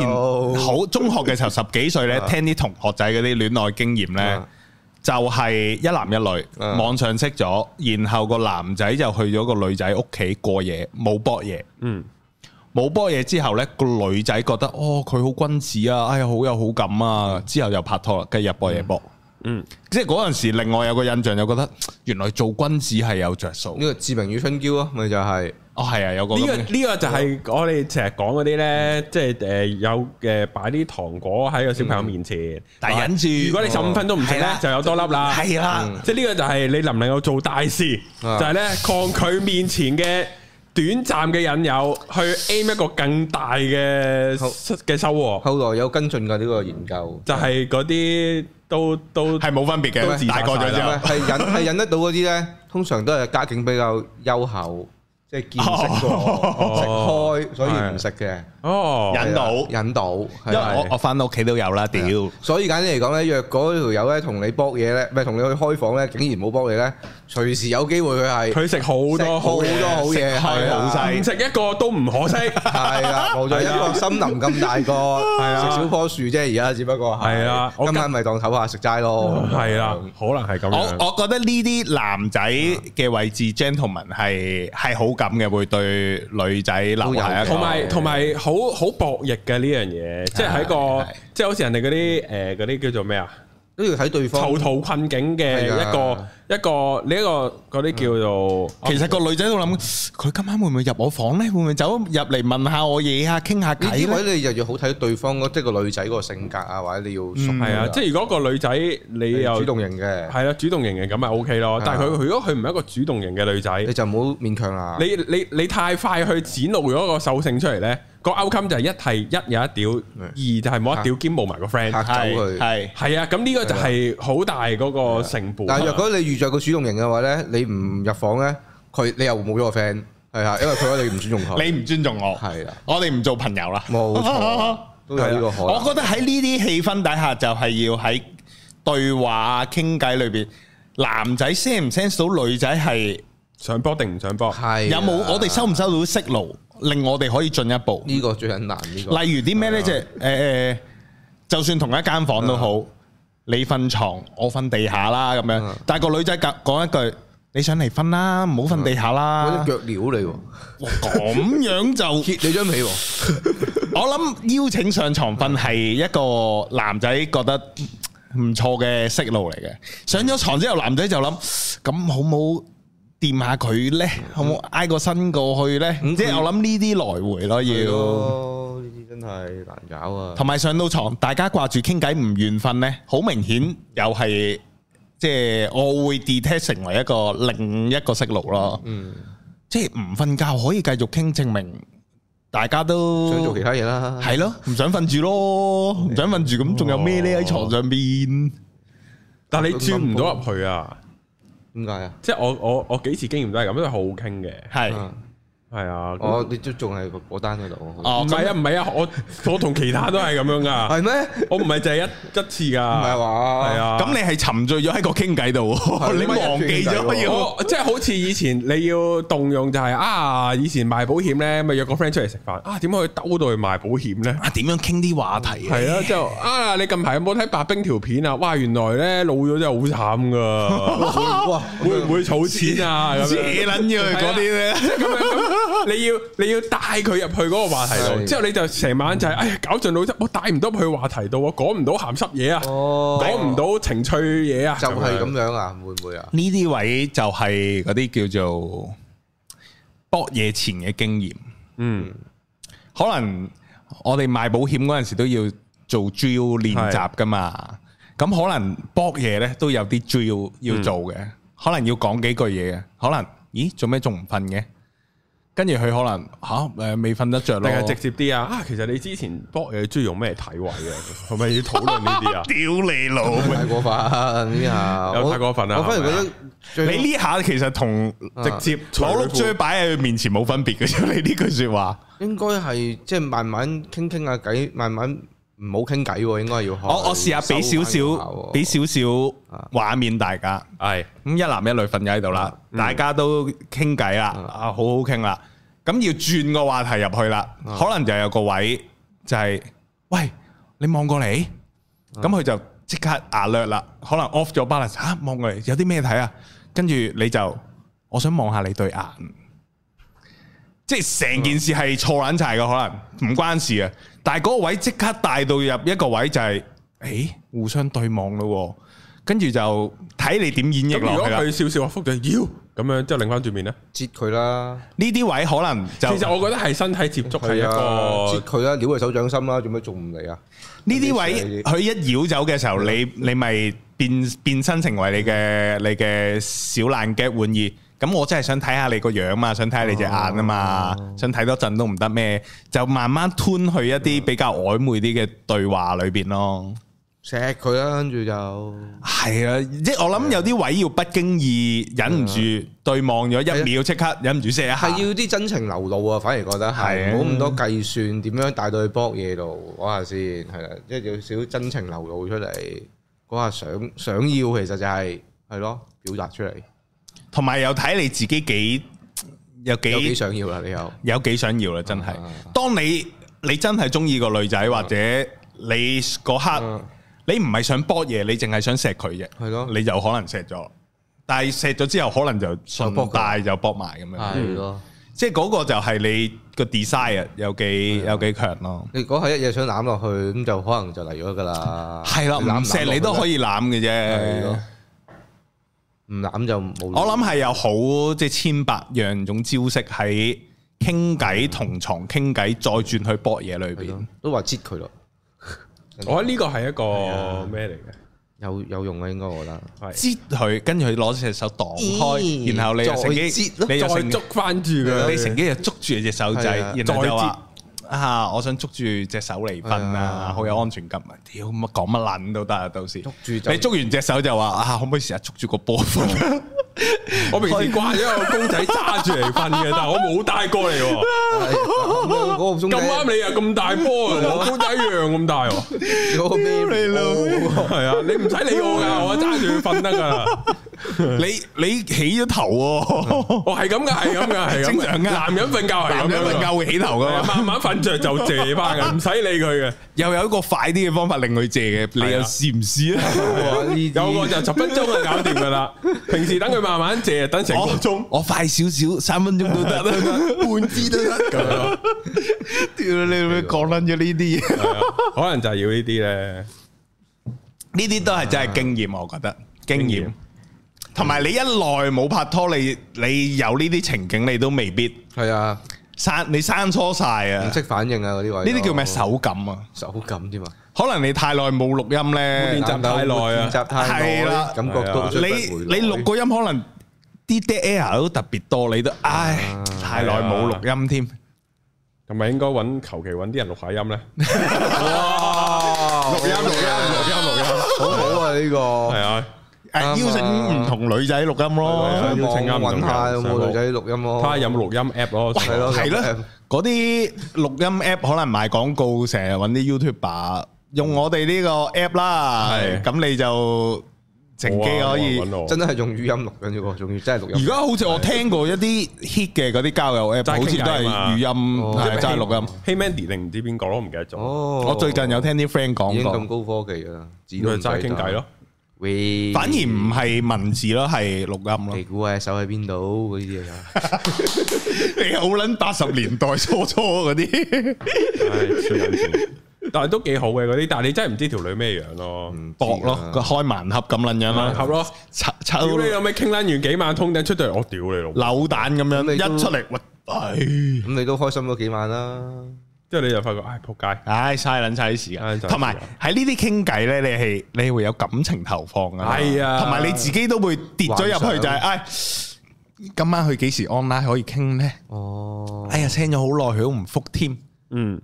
S3: 前好中學嘅時
S1: <laughs>
S3: 候，十幾歲咧，聽啲同學仔嗰啲戀愛經驗咧
S2: 啊，
S3: 就係一男一女
S2: 啊
S3: 網上識咗，然後個男仔就去咗個女仔屋企過夜，冇搏嘢，
S1: 嗯，
S3: 冇搏嘢之後咧，個女仔覺得哦佢好君子啊，哎呀好有好感啊，之後又拍拖啦，繼日搏夜搏，
S1: 嗯，
S3: 即係嗰陣時，另外有個印象就覺得嗯原來做君子係有着數
S2: 呢，個《志明與春嬌》啊，咪就係
S3: 哦係啊，有個
S1: 呢
S3: 咁
S1: 個
S3: 嘅
S1: 呢個就係我哋成日講嗰啲咧，即係誒有誒擺啲糖果喺個小朋友面前，啊
S3: 但係忍住
S1: 如果你十五分鐘唔食
S3: 係
S1: 咧
S3: 啦，
S1: 就有多粒啦。嗯
S3: 係啦，
S1: 即係呢個就係你能唔能夠做大事，
S2: 啊
S1: 就係咧抗拒面前嘅短暫嘅引誘，去 aim 一個更大嘅
S2: 好
S1: 嘅收穫，
S2: 後來有跟進嘅呢個研究。
S1: 就係嗰啲都都
S3: 係冇分別
S1: 都自
S3: 嘅，
S1: 殺
S3: 大個咗之
S1: 晒
S3: 後
S1: 啦。
S2: 係忍係忍得到嗰啲咧，通常都係家境比較優厚，即係見識
S3: <laughs>
S2: 過，食
S3: 哦
S2: 開，所以唔食嘅。
S1: 哦，
S3: 引導
S2: 引導，
S3: 因為我我翻到屋企都
S2: 啊
S3: 有啦，屌，
S2: 所以簡單嚟講咧，若果條友咧同你搏嘢咧，唔係同你去開房咧，竟然冇搏你咧，隨時有機會佢係
S1: 佢食好多好
S2: 好
S1: 嘢
S2: 多好嘢，
S3: 食開
S2: 係
S3: 好晒
S2: 啊，
S1: 唔食一個都唔可惜。係
S2: 係啦，冇錯，一個森林咁大個，係
S1: 啊
S2: 食少棵樹啫，而家只不過
S1: 係啊我
S2: 今晚咪當唞下食齋咯，
S1: 啦，可能哦係咁
S3: 我
S1: 樣。
S3: 我覺得呢啲男仔
S2: 啊
S3: 嘅位置 gentleman 係係好感嘅，會對女仔留下一個
S1: 同埋同埋好好博弈嘅呢樣嘢，即係喺
S3: 係
S1: 個
S3: 係
S1: 即係好似人哋嗰啲誒嗰啲叫做咩啊？
S2: 都要睇對方
S1: 囚。徒困境嘅
S2: 係
S1: 一個
S2: 啊
S1: 一個你一個嗰啲叫做哦
S3: 其實個女仔喺度諗，佢今晚會唔會入我房咧？會唔會走入嚟問下我嘢啊？傾下
S2: 呢
S3: 偈
S2: 啲
S3: 咧？
S2: 位你又要好睇對方嗰即係個女仔嗰個性格啊，或者你要熟
S1: 係啊，即係如果個女仔你
S2: 嗯係
S1: 又
S2: 主動型嘅，
S1: 係啦，主動型嘅咁咪 O K 咯。
S2: 係啊
S1: 但係佢如果佢唔係一個主動型嘅女仔，
S2: 你就唔好勉強啦。
S1: 你你你太快去展露咗個獸性出嚟咧，個 outcome 就係一係一有一屌，二就係冇一屌兼冇埋個 friend。
S2: 嚇走佢。
S3: 係
S1: 係啊，咁呢個就係好大嗰個成本。
S2: 但係若果你遇着個主動型嘅話咧，你唔入房咧，佢你又冇咗個 friend，係啊，因為佢覺得你唔尊重佢，
S3: 你唔尊重我，
S2: 係啦，
S3: 我哋唔做朋友啦。
S2: 冇
S3: <laughs>
S2: 錯，都有呢個可能。
S1: 啊
S3: 我覺得喺呢啲氣氛底下，就係要喺對話啊、傾偈裏邊，男仔 sense 唔 sense 到女仔係
S1: 上波定唔上波？
S2: 係
S3: 有冇？
S2: 啊
S3: 我哋收唔收到 signal，令我哋可以進一步。
S2: 呢個最緊難呢個。啊
S3: 例如啲咩呢？即係誒，就算同一間房都
S2: 啊
S3: 好，你瞓床，我瞓地下啦咁樣
S2: 嗯。
S3: 但係個女仔講講一句：你想離婚啦，唔好瞓地下
S1: 啊
S2: 嗰
S3: 啦
S2: 啲。腳料你
S3: 哇咁樣就
S2: 喎，揭你張被喎，
S3: 我諗邀請上床瞓係一個男仔覺得唔錯嘅息路嚟嘅。上咗床之後，男仔就諗咁好冇掂下佢呢？好冇挨個身過去呢？
S2: 嗯
S3: 即係我諗呢啲來回咯，
S2: 係
S3: 要
S2: 咯哎呢啲真係難搞啊。
S3: 同埋上到床，大家掛住傾偈唔緣分呢，好明顯又係即係我會 detect 成為一個另一個息路咯。
S2: 嗯，
S3: 即係唔瞓覺可以繼續傾，證明大家都
S2: 想做其他嘢啦。
S3: 系咯，唔想瞓住咯，唔想瞓住咁，仲有咩呢？喺床上邊？
S1: 但係你轉唔到入去啊！
S2: 點解啊？
S1: 即係我我我幾次經驗都係咁，都係好傾嘅，
S3: 係
S1: 係啊。咁
S2: 我你都仲係嗰單嗰度。
S3: 哦，
S1: 唔
S3: 咁
S1: 係啊，唔係啊，我我同其他都係咁樣噶，
S2: <laughs> 係咩？
S1: 我唔係就係一一次
S2: 唔係
S1: 噶，
S2: 話
S1: 啊係啊。
S3: 咁你係沉醉咗喺個傾偈度喎，
S2: 係
S3: 你忘記咗
S2: 你
S3: 要
S1: 我即係好似以前你要動用就係、啊，以前賣保險咧，咪約個 friend 出嚟食飯啊，點解可以兜到去賣保險咧？
S3: 啊點樣傾啲話題啊？
S1: 係啊，之後啊，你近排有冇睇白冰條片啊？哇，原來咧老咗真係好 <laughs> 慘噶，
S2: <laughs> 哇！
S1: 會唔會儲啊錢啊？咁
S3: 扯
S1: 樣。
S3: 撚咗佢嗰啲咧，
S1: 咁樣啊咁你要你要帶佢入去嗰個話題度，
S2: 係
S1: 之後你就成晚就係、哎呀搞盡腦汁，我帶唔到佢話題度，我講唔到鹹濕嘢啊，
S2: 哦，
S1: 講唔到情趣嘢啊，
S2: 就係咁樣啊？會唔會啊？
S3: 呢啲位就係嗰啲叫做搏嘢前嘅經驗。
S1: 嗯，
S3: 可能我哋賣保險嗰陣時都要做 drill 練習噶嘛，咁可能搏嘢咧都有啲 drill 要做嘅，可能要講幾句嘢嘅，可能咦做咩仲唔瞓嘅？跟住佢可能吓誒未瞓得着咯
S1: 定，係直接啲啊？啊，其實你之前搏嘢中意用咩體位啊？係咪要討論呢啲 <laughs> 啊？
S3: 屌你老味！
S2: 太過分呢下，
S1: 有
S2: 我
S1: 太過分啦
S2: 我反而
S1: 係咪
S2: 覺
S1: 啊
S2: 得最
S3: 你呢下其實同
S1: 直接
S3: 攞碌追擺喺佢面前冇分別嘅啫，你呢句説話。
S2: 應該係即係慢慢傾傾下偈，慢慢唔好傾偈喎，應該要學。
S3: 我我試下俾少
S2: 收
S3: 少
S2: 返
S3: 俾
S2: 下喎
S3: 少少畫面大家。
S1: 係
S3: 咁一男一女瞓咗喺度啦，大家都傾偈啦，啊好好傾啦。咁要轉個話題入去啦，可能就有個位就係，喂，你望過嚟，
S1: 嗯
S3: 咁佢就即刻壓略啦，可能 off 咗 balance 嚇望過嚟，有啲咩睇啊？跟住你就，我想望下你對眼，即係成件事係錯撚晒嘅，可能唔關事啊。但係嗰個位即刻帶到入一個位就係，誒互相對望咯喎，跟住就睇你點演
S1: 咁
S3: 繹
S1: 如
S3: 落
S1: 果
S3: 去啦。
S1: 佢笑笑話覆咗妖咁樣，之後擰翻轉面咧，
S2: 截佢啦，
S3: 呢啲位可能就
S1: 其實我覺得係身體接觸係一
S2: 係啊，截
S1: 個
S2: 佢啦，撩佢手掌心啦，做咩仲唔嚟啊？
S3: 呢啲位佢一繞走嘅時候，你你咪變變身成為你嘅你嘅小爛 g 玩意。咁我真係想睇下你個樣嘛，想睇下你隻眼啊嘛，想睇多陣都唔嗯得咩？就慢慢吞去一啲比較曖昧啲嘅對話裏邊咯。
S2: 錫佢啦，跟住就
S3: 系啊，嗯即系我谂有啲位要不經意忍唔住對望咗一秒，即刻忍唔住射一下。
S2: 係啊要啲真情流露啊，反而覺得
S3: 係
S2: 係冇咁多計算，點樣帶到去搏嘢度嗰下先係啦，即係有少少真情流露出嚟，嗰下想想要其實就係係咯，表達出嚟
S3: 同埋又睇你自己幾有
S2: 有幾
S3: 幾
S2: 想要啦，你又
S3: 有幾想要啦，真係
S2: 啊。
S3: 當你你真係中意個女仔，或者你嗰刻
S2: 嗯
S3: 你唔係想搏嘢，你淨啊係想錫佢啫，
S2: 係咯
S3: 你就可能錫咗。但係錫咗之後，可能就
S2: 搏
S3: 順
S2: 佢
S3: 帶就搏啊埋咁樣，
S2: 係咯，
S3: 即係嗰個就係你個 desire 有幾有幾強咯。
S2: 你嗰下一嘢想攬落去咁就可能就嚟咗㗎啦，
S3: 係啦，唔錫你都可
S2: 以，
S3: 以攬嘅
S2: 係
S3: 啫
S2: 咯。唔攬就冇。
S3: 我諗係有好即係千百樣種招式喺傾偈同床傾偈，再轉去搏嘢裏
S2: 係
S3: 邊
S2: 咯。都話擠佢咯，
S3: <laughs>
S1: 我覺得呢個係一個
S2: 啊
S1: 咩嚟嘅？
S2: 有有用嘅應該我覺得。
S1: 係
S3: 擠佢，跟住佢攞隻手擋開，
S2: 咦
S3: 然後你又乘機
S2: 再擠，咯
S3: 你又
S1: 再
S3: 乘
S1: 捉翻住佢，
S3: 你乘機就捉住隻手仔，
S2: 係啊
S3: 然後就話啊，我想捉住隻手離婚
S2: 係
S3: 啊，
S2: 啊
S3: 好有安全感啊！屌乜講乜撚都得啊，到時
S2: 捉住就
S3: 你捉完隻手就話啊，可唔可以成日捉住個波分
S2: <laughs>
S3: 啊？
S1: 我平時掛咗個公仔揸住嚟瞓嘅，但係我冇帶過嚟
S3: <laughs>
S1: 喎。
S2: 係咁嗰個中
S1: 咁
S2: 間
S1: 啱你又咁大波
S3: <laughs>
S1: 啊，我公仔一樣咁大喎。
S2: 嗰個咩
S3: 你老味
S1: 係啊，你唔使理
S3: <laughs>
S1: 我㗎，我揸住佢瞓得㗎啦。
S3: 你你起咗頭
S2: <laughs>
S3: 喎，
S1: 我係咁㗎，係咁㗎，係咁㗎。
S3: 正常㗎
S1: 男人瞓覺係咁
S3: 男
S1: 樣
S3: 人
S1: 㗎
S3: 瞓覺會起頭
S1: 係
S3: 噶
S1: 啊
S3: 嘛？
S1: 慢慢瞓着就借翻嘅，唔使理
S3: <laughs>
S1: 佢嘅。
S3: 又有一個快啲嘅方法令佢借嘅，你又試唔試啊？
S1: 有個就十分鐘就搞掂
S3: <laughs>
S1: 噶啦。平時等佢慢慢借，等成個鐘。
S3: 我快少少，三分鐘都得啦，半支都得咁樣。屌你咪講撚咗呢啲嘢，
S1: 係啊可能就係要呢啲咧，
S3: 呢啲都係真係經驗，我覺得經
S1: 經
S3: 驗
S1: 驗。
S3: 同埋你一耐冇拍拖，你你有呢啲情景，你都未必
S2: 係啊，
S3: 生你生疏晒啊！
S2: 唔
S3: 呢
S2: 識反應啊嗰啲位。
S3: 啲叫咩手感啊？
S2: 手感啫嘛？
S3: 可能你太耐冇錄音
S1: 練
S3: 咧，
S1: 習太耐啊
S2: 練習太
S3: 係啦
S2: 耐，感覺到追
S3: 你
S2: 不回來
S3: 你錄個音可能啲 dead air 都特別多，你都唉太耐冇錄音添。
S1: 同埋應該揾求其揾啲人錄下
S3: <laughs>
S1: 音咧。
S2: 哇！
S1: 錄音錄音錄音錄音，
S2: 好好啊呢
S1: 係
S2: 個，
S1: 啊，
S3: 诶，
S2: 啊
S3: 邀請唔同女仔錄音咯
S1: 係，
S2: 上
S1: 邀請
S2: 網
S1: 啱唔
S2: 揾
S1: 啱
S2: 下有
S1: 上網
S2: 冇女仔錄音咯。
S1: 睇下有冇錄音 app 咯。
S2: 係咯
S3: 係
S2: 錄
S3: 咯
S2: app，
S3: 嗰啲錄音 app 可能賣廣告，成日揾啲 YouTuber 用我哋呢個 app 啦，
S1: 係
S3: 咁你就乘機可以
S1: 好啊。揾我
S2: 真係用語音錄緊嘅喎，仲要真係錄
S3: 而
S2: 音。
S3: 家好似我聽過一啲 hit 嘅嗰啲交友 app，
S1: 齋傾偈
S3: 好似都係
S1: 嘛
S3: 語音，
S2: 哦
S3: 係齋錄音。
S1: Hey Mandy 定唔知邊個咯，唔記得咗。
S2: 哦，
S3: 我最近有聽啲 friend
S2: 已
S3: 講
S2: 經
S3: 過，
S2: 咁高科技啦，只
S1: 咁咪齋傾偈咯。。
S2: 喂，
S3: 反而唔係啊文字咯，係錄音咯
S2: 你。估下手喺邊度嗰啲嘢啊？
S3: <laughs> 你好撚八十年代初初嗰啲
S1: 唉，黐撚線但係都幾好嘅嗰啲，但係你真係唔知條女咩樣咯。
S3: 薄咯，個開盲盒咁撚樣啦，
S1: 合咯，
S3: 抽
S1: 屌
S3: 抽
S1: 你老味，傾撚完幾晚通頂出到嚟，我屌你老母，
S3: 扭蛋咁樣，
S2: 咁你都
S3: 一出嚟，喂，唉
S2: 咁你都開心咗幾晚啦。
S1: 之後你就發覺唉，仆街。
S3: 唉，嘥撚晒啲時
S1: 嘥撚
S3: 間，
S1: 晒
S3: 同埋喺呢啲傾偈咧，你係你會有感情投放㗎嘛，
S1: 係啊
S3: 同埋你自己都會跌咗入去，
S2: 幻想
S3: 就係唉，今晚佢幾時 online 可以傾咧？
S2: 哦，
S3: 哎呀，send 咗好耐，佢都唔復添，
S1: 嗯，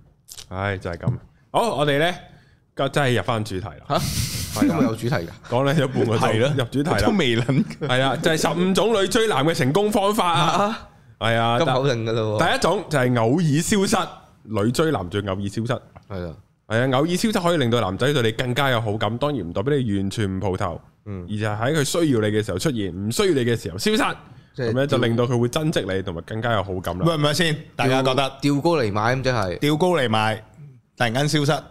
S1: 唉，就係咁。好，我哋咧，就真係入翻主題啦。
S2: 咁咪有主題㗎？
S1: 講咧咗半個鐘，入主題
S3: 都
S1: 啦。
S3: 未撚。
S1: 係啦，就係十五種女追男嘅成功方法啊。係啊，
S2: 咁
S1: 但
S2: 口令㗎咯喎。
S1: 第一種就係偶爾消失，女追男最偶爾消失。係
S2: 係啦，
S1: 啊，偶爾消失可以令到男仔對你更加有好感，當然唔代表你完全唔蒲頭，
S2: 嗯
S1: 而就係喺佢需要你嘅時候出現，唔需要你嘅時候消失，
S2: 即係
S1: 咁咧就令到佢會珍惜你，同埋更加有好感啦。
S3: 喂，唔係先，大家覺得？
S2: 吊高嚟買咁即係？
S3: 吊高嚟買，突然間消失，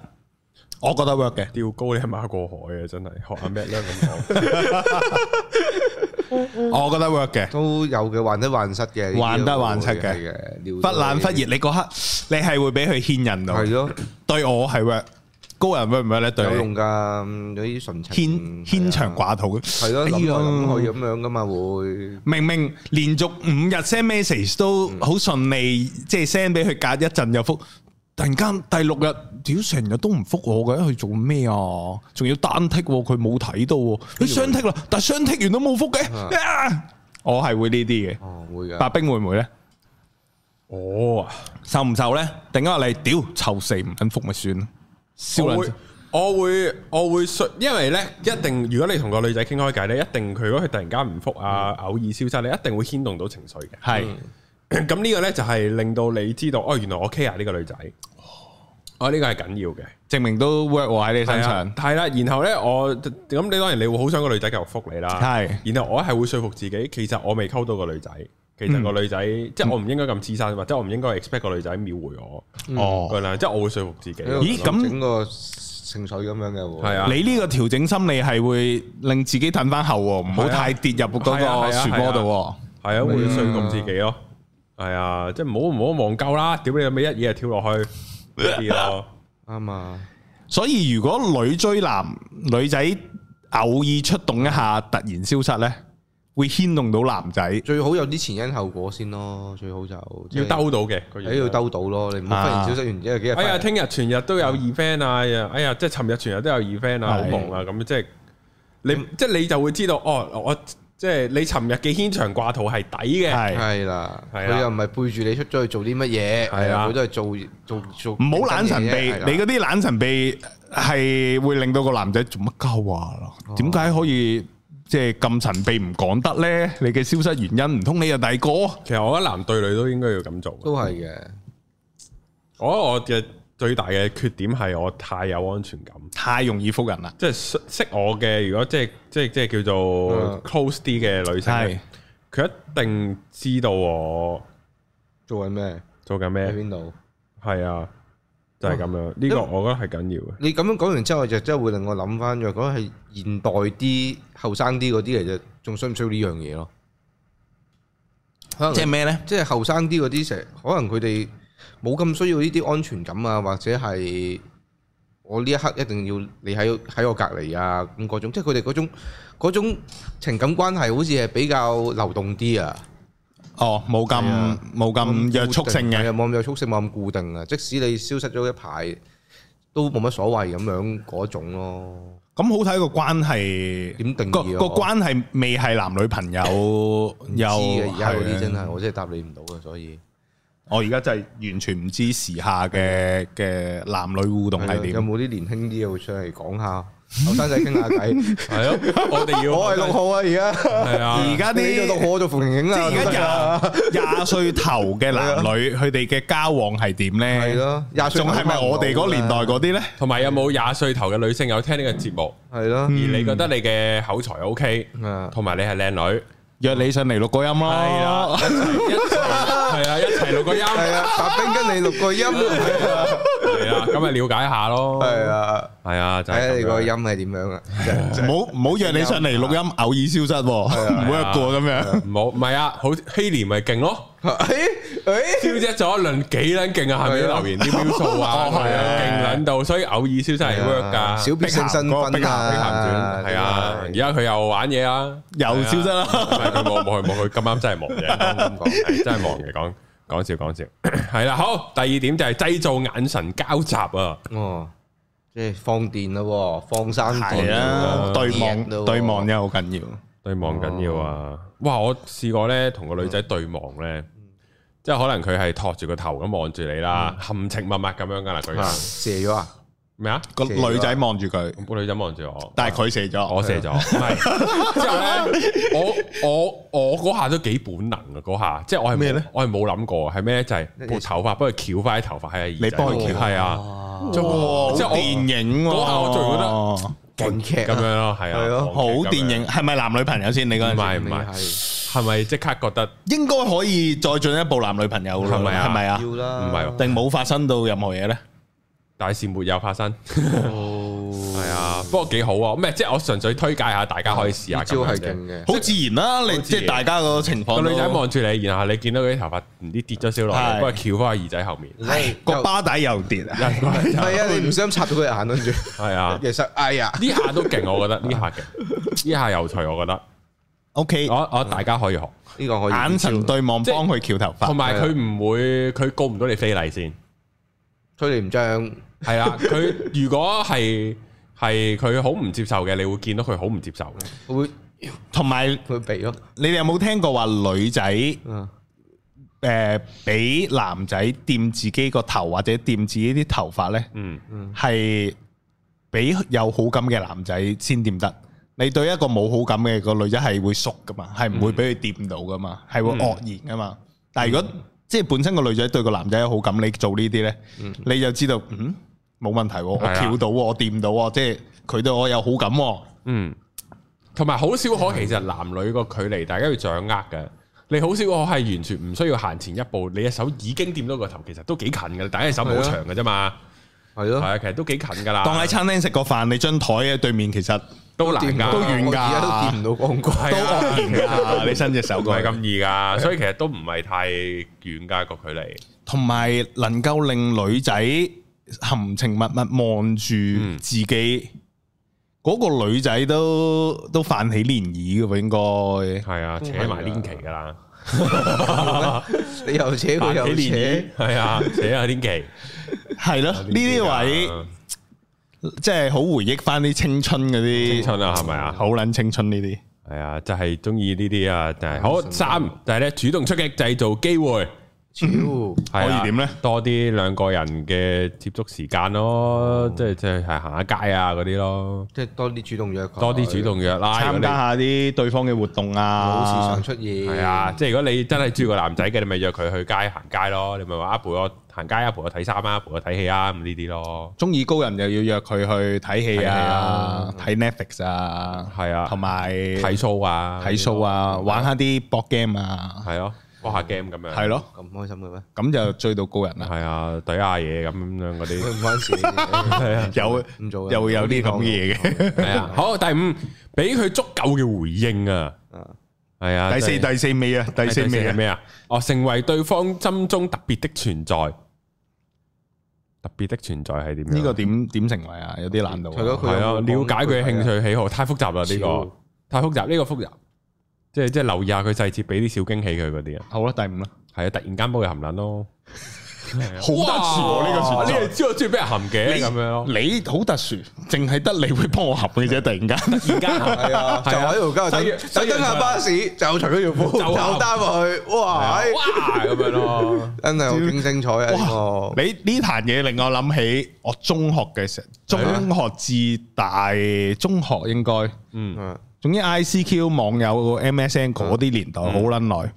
S3: 我覺得 work 嘅。
S1: 吊高你阿媽過海啊！真係學阿 Matt 咧咁講。
S3: 我覺得 work 嘅。
S2: 都有嘅，患得患失嘅，
S3: 患得患失嘅
S2: 嘅
S3: 忽冷忽熱，你嗰刻你係會俾佢牽引到。
S2: 係咯，
S3: 對我係 work，高人 work 唔 work 咧？
S2: 有
S3: 對你
S2: 用噶，有啲純
S3: 牽
S2: 情，啊
S3: 牽腸掛肚。
S2: 係咯，
S3: 哎
S2: 諗來
S3: 呀
S2: 諗去咁樣噶嘛會，
S3: 明明連續五日 send message 都好順利，即係 send 俾佢隔一陣又覆。突然間第六日，屌成日都唔覆我嘅，佢做咩啊？仲要單剔喎，佢冇睇到喎，佢雙剔啦，但係雙剔完都冇覆嘅。啊我係會呢啲嘅。
S2: 哦會
S3: 白
S2: 噶，
S3: 冰會唔會咧？
S1: 哦，
S3: 受唔受咧？定係話你屌臭死唔肯覆咪算咯？
S1: 我
S3: 燒
S1: 會
S3: 撚
S1: 我會我會信，因為咧一定，如果你同個女仔傾開偈咧，一定佢如果佢突然間唔復啊，偶爾消失咧，一定會牽動到情緒嘅。
S3: 係
S1: 咁呢個咧就係令到你知道，哦，原來我 care 呢個女仔，哦，呢個係緊要嘅。
S3: 證明都 work 喎喺你身上，
S1: 係啦，然後咧我咁你當然你會好想個女仔繼續復你啦，
S3: 係
S1: 然後我係會說服自己，其實我未溝到個女仔，其實個女仔、即係我唔應該咁黐身，或者我唔應該 expect 個女仔秒回我，
S2: 嗯
S3: 哦
S1: 係啦，即係我會說服自己。
S3: 咦咁
S2: 整個情緒咁樣嘅喎，
S1: 係啊
S3: 你呢個調整心理係會令自己褪翻後喎，唔好
S1: 係啊
S3: 太跌入嗰個
S1: 係啊係啊
S3: 漩渦度喎。
S1: 係啊，會信咁自己咯。係啊，即係唔好唔好忘鳩啦，屌你咪一嘢就跳落去嗰啲咯。
S2: 啱啊，
S3: 所以如果女追男，女仔偶爾出動一下，突然消失呢，會牽動到男仔。
S2: 最好有啲前因後果先咯，最好就
S1: <laughs> 要兜到嘅，個原因
S2: 喺度。兜到咯，你唔好忽然消失完之後幾日
S1: 哎呀，
S2: 翻嚟，
S1: 聽日全日都有 event 啊！哎呀哎呀，即係尋日全日都有 event 啊，好
S3: 係
S1: 忙啊！咁即係你即係你就會知道，哦，我即係你尋日嘅牽腸掛肚係抵嘅。
S3: 係
S2: 係啦，
S1: 係啦
S2: 佢又唔係背住你出咗去做啲乜
S1: 係
S2: 嘢，係
S1: 啊
S2: 啊，佢都係做做做，
S3: 唔好懶神
S2: 整緊嘢
S3: 秘，你嗰啲懶神秘係會令到個男仔做乜鳩啊？點解可以即係咁神秘唔講得呢？你嘅消失原因唔通你又第二個？
S1: 其實我覺得男對女都應該要咁做。
S2: 都係嘅，
S1: 我覺得我嘅最大嘅缺點係我太有安全感。
S3: 太容易覆人啦，
S1: 即係識識我嘅，如果即係即係即係叫做
S2: 嗯
S1: close 啲嘅女性
S3: 係
S1: 咧，佢一定知道我
S2: 做緊咩
S1: 做緊
S2: 喺
S1: 咩，
S2: 邊度？
S1: 係啊，就係咁樣。呢個我覺得係緊要嘅。
S2: 你咁樣講完之後，就真係會令我諗翻，若果係現代啲、後生啲嗰啲嚟，就仲需唔需要呢樣嘢咯？可能
S3: 即係咩呢？
S2: 即係後生啲嗰啲，成日可能佢哋冇咁需要呢啲安全感啊，或者係我呢一刻一定要你喺喺我隔離啊咁嗰種，即係佢哋嗰種嗰種情感關係，好似係比較流動啲啊，
S3: 哦，冇咁
S2: 係啊
S3: 冇咁約束性
S2: 係
S3: 嘅，
S2: 啊冇咁約束性，冇咁固定啊。即使你消失咗一排，都冇乜所謂咁樣嗰種咯。
S3: 咁好睇個關係
S2: 點定
S3: 個
S2: 義啊？
S3: 個
S2: 我
S3: 關係未係男
S2: <laughs>
S3: 女朋友
S2: 知嘅，
S3: 又
S2: 而家嗰啲真
S3: 係啊
S2: 係我真係答你唔到嘅，所以
S3: 我而家真係完全唔知時下嘅嘅男女互動係
S2: 啊有
S3: 點。
S2: 冇啲年輕啲嘅會出嚟講下，後生仔傾下偈。
S3: <laughs>
S1: 係咯，我哋要
S2: 我係六號啊，而家
S1: 係啊，
S3: 而家
S2: 你做
S3: 啲
S2: 六號，我做馮盈盈
S3: 即
S2: 啊，
S3: 係而家廿廿歲頭嘅男女，佢哋嘅交往係點呢？
S2: 係咯廿歲
S3: 仲
S2: 頭
S3: 係咪我哋嗰年代嗰啲呢？
S1: 同埋有冇
S2: 啊
S1: 廿歲頭嘅女性有聽呢個節目？
S2: 係咯
S1: 而，你覺得你嘅口才 OK，
S2: 嗯啊
S1: 同埋你係靚女，
S3: 約你上嚟錄個音
S1: 係啊，
S3: 咯
S1: 一。齊
S2: <laughs>
S1: 一齊係啊，一齊錄個音，
S2: 哦係
S1: 係
S2: 啊，白冰跟你錄
S3: <laughs>
S2: 個音，係啊
S1: 啊，咁咪了解下咯，
S2: 係啊，
S1: 係啊，就
S2: 睇下
S1: 係
S2: 你
S1: 咁
S2: 個
S1: 樣
S2: 音係點
S3: <laughs>
S2: 樣啊？
S3: 唔好唔好約你上嚟錄音，偶爾消失 <laughs> 喎，唔
S1: 係啊
S3: work 過咁樣。
S1: 唔好，唔係啊，好希蓮咪勁咯。
S2: 誒
S1: 消失咗一輪幾撚勁啊！下面
S2: 係
S1: 啲
S2: 啊哦
S1: 留言啲秒數
S2: <laughs>
S1: 啊，
S3: 係啊
S1: 勁撚到，所以偶爾消失係 work 噶。
S2: 小必勝身
S3: 碧咸
S2: 份
S1: 碧咸
S2: 啊
S1: 傳，係啊，而家佢又玩嘢
S2: <laughs>
S1: 啦，
S3: 又消失啦
S1: 係啊唔係佢冇冇佢冇佢咁啱真係忙嘅，講係真係忙嘅，講講笑講笑。 <coughs> 係啦，好，第二點就係製造眼神交集啊，
S2: 哦，即係放電咯喎，放生電
S3: 係啊，對
S2: 電咯喎
S3: 望對望真係好緊要。
S1: 對望緊要
S3: 哦
S1: 啊！哇，我試過咧同個女仔對望咧，
S3: 嗯
S1: 即係可能佢係托住個頭咁望住你啦，含情脈脈咁樣噶啦，
S2: 啊
S1: 佢
S2: 射咗啊！
S1: 咩啊？
S3: 個女仔望住佢，
S1: 個女仔望住我。
S3: 但係佢射咗。
S1: 我射咗，唔
S3: 啊
S1: 係之後咧，我我我嗰下都幾本能啊！嗰下即係我係
S3: 咩
S1: 冇
S3: 咧
S1: 我係冇諗過，啊係咩咧？就係撥頭髮，幫佢翹翻啲頭髮喺耳仔
S3: 你幫佢
S1: 度
S3: 翹
S1: 係啊，
S2: 啊
S1: 即係我
S3: 即
S1: 即係
S3: 係
S1: 我
S3: 電影喎
S1: 嗰下我仲覺得
S2: 勁劇
S1: 咁樣咯，係
S2: 係
S1: 啊，
S2: 咯
S1: 韓劇
S3: 好
S1: 哦咁樣
S3: 電，影，係咪男女朋友先？你嗰陣
S1: 唔
S3: 時
S1: 係唔係，
S2: 係
S1: 係咪即刻覺得
S3: 應該可以再進一步男女朋友咯，
S1: 係咪啊
S3: 係咪啊？
S2: 要啦，
S1: 唔係
S3: 定冇發生到任何嘢咧？
S1: 大事沒有發生？ <laughs>
S2: 哦，
S1: 係啊，不過幾好啊，咩即係我純粹推介下，大家可以試下
S2: 呢
S1: 咁
S2: 招
S1: 樣
S2: 係
S1: 啫。
S2: 勁嘅，
S3: 好自然啦，你
S1: 好自
S3: 即
S1: 然
S3: 係大家個情況
S1: 個
S3: 都。
S1: 女仔望住你，然後你見到佢啲頭髮唔知跌咗少落嚟，
S3: 係
S1: 幫佢翹翻喺耳仔後面。
S2: 係
S3: 個巴底又跌啊！
S2: 唔係
S1: <laughs>
S2: 啊，你唔想插到佢眼跟住，
S1: 係啊，
S2: 其實哎呀，
S1: 呢下都勁，我覺得呢下勁，呢下有趣，我覺得。
S3: O K，
S1: 我我大家可以學，
S2: 呢個可以
S3: 眼神對望
S1: 即係
S3: 幫佢翹頭
S1: 同
S3: 髮，
S1: 埋佢唔會佢告唔到你非禮先，
S2: 推你唔張，
S1: 係啦。佢如果係係佢好唔接受嘅，你會見到佢好唔接受。
S2: 會
S3: 同埋
S2: 佢避咯，
S3: 你哋有冇聽過話女仔
S2: 嗯，
S3: 誒俾男仔掂自己個頭或者掂自己啲頭髮咧，
S1: 嗯，
S3: 係俾有好感嘅男仔先掂得。你對一個冇好感嘅個女仔係會縮噶嘛，係唔會俾佢掂到噶嘛，係會愕然噶嘛。但係如果即係本身個女仔對個男仔有好感，你做呢啲咧，你就知道嗯冇問題喎，我
S1: 係啊
S3: 跳到喎，我掂到喎，即係佢對我有好感喎。
S1: 嗯，同埋好少可其實男女個距離大家要掌握嘅。你好少可係完全唔需要行前一步，你嘅手已經掂到個頭，其實都幾近嘅。但係手冇長嘅啫嘛，
S2: 係
S1: 係
S2: 咯，
S1: 啊，其實都幾近㗎啦。
S3: 當喺餐廳食個飯，你張台嘅對面其實
S1: 都難
S2: 掂
S1: 㗎，
S2: 唔到
S3: 都遠㗎
S2: 我而家都掂唔到光棍。 <laughs>
S1: 係啊
S3: 都愕然噶，你伸隻手
S1: 唔
S3: 過
S1: 係
S3: 去。
S1: 咁易㗎，所以其實都唔係太遠㗎個距離。
S3: 同埋能夠令女仔含情脈脈望住自己，嗰、個女仔都都泛起漣漪嘅喎，應該
S1: 係啊，扯埋黏期㗎啦，
S2: 你又扯佢又
S1: 起
S2: 扯
S1: 漣，係啊，扯下黏期。
S3: 係咯。呢啲位即係好回憶翻啲青春嗰啲，
S1: 青春啊係咪啊
S3: 好撚青春呢啲，
S1: 系啊，就係中意呢啲啊，但係好三就係咧主動出擊，製造機會。
S2: 超
S1: 係啊
S3: 可以點呢
S1: 多啲兩個人嘅接觸時間咯，即係即係係行下街啊嗰啲咯，
S2: 即係多啲主動約佢，
S1: 多啲主動約啦。
S3: 參加下啲對方嘅活動
S2: 好時常
S3: 啊，
S2: 出現。
S1: 系
S2: 係
S1: 啊，，即係如果你真係中意個男仔嘅，你咪約佢去街行街咯。你咪話啊陪我行街啊，陪我睇衫啊，陪我睇戲啊咁呢啲咯。
S3: 中意高人又要約佢去睇戲啊，睇 Netflix 啊，
S1: 係啊
S3: 同埋
S1: 睇 show 啊，
S3: 睇 show 啊，玩下啲 board game 啊，
S1: 係咯，玩下 game 咁樣。
S3: 係咯。
S2: 咁開心嘅咩？
S3: 咁就追到高人啦。
S1: 係啊，怼下嘢咁樣嗰
S3: <laughs>
S1: 啲。
S2: 唔關事嘅，
S3: 有
S2: 唔做嘅
S3: 又會有啲咁嘅嘢嘅。
S1: 系啊，好，第五，俾佢足夠嘅回應 <laughs> 啊，系啊，
S3: 第四
S1: 真係
S3: 第四尾啊，第四尾
S1: 係
S3: 啊，
S1: 咩啊？哦，成為對方心中特別的存在，特別的存在係點樣？
S3: 呢個點點成為啊？有啲難度
S2: 除咗
S3: 啊。
S2: 佢
S1: 係啊，
S2: 有
S1: 了
S2: 冇
S1: 解佢
S2: 講
S1: 興
S2: 呢句
S1: 趣喜好太複雜啦，呢
S2: 超
S1: 個太複雜，呢個複雜，即係即係留意下佢細節，俾啲小驚喜佢嗰啲啊，
S3: 好啦，第五啦，
S1: 係啊，突然間幫佢含撚咯，
S3: 好
S1: 哇
S3: 特殊喎呢個
S1: 你
S3: 存
S1: 係知我中意俾人含嘅咁樣咯，
S3: 在。你好特殊，淨係得你會幫我合嘅啫。突然 <laughs> 間，
S1: 突然間
S2: 係啊，就喺條
S1: 西
S2: 街
S1: 洋
S2: 度等等下巴士，就除咗條褲，
S1: 就
S2: 就擔落去，哇！ <laughs>
S1: 哇咁樣咯，
S2: 真係好經精彩啊！呢
S3: 你呢壇嘢令我諗起我中學嘅時候，中學至大中學應該，
S1: 嗯，
S2: 個
S3: 總之 ICQ 網友 MSN 嗰啲年代好撚耐，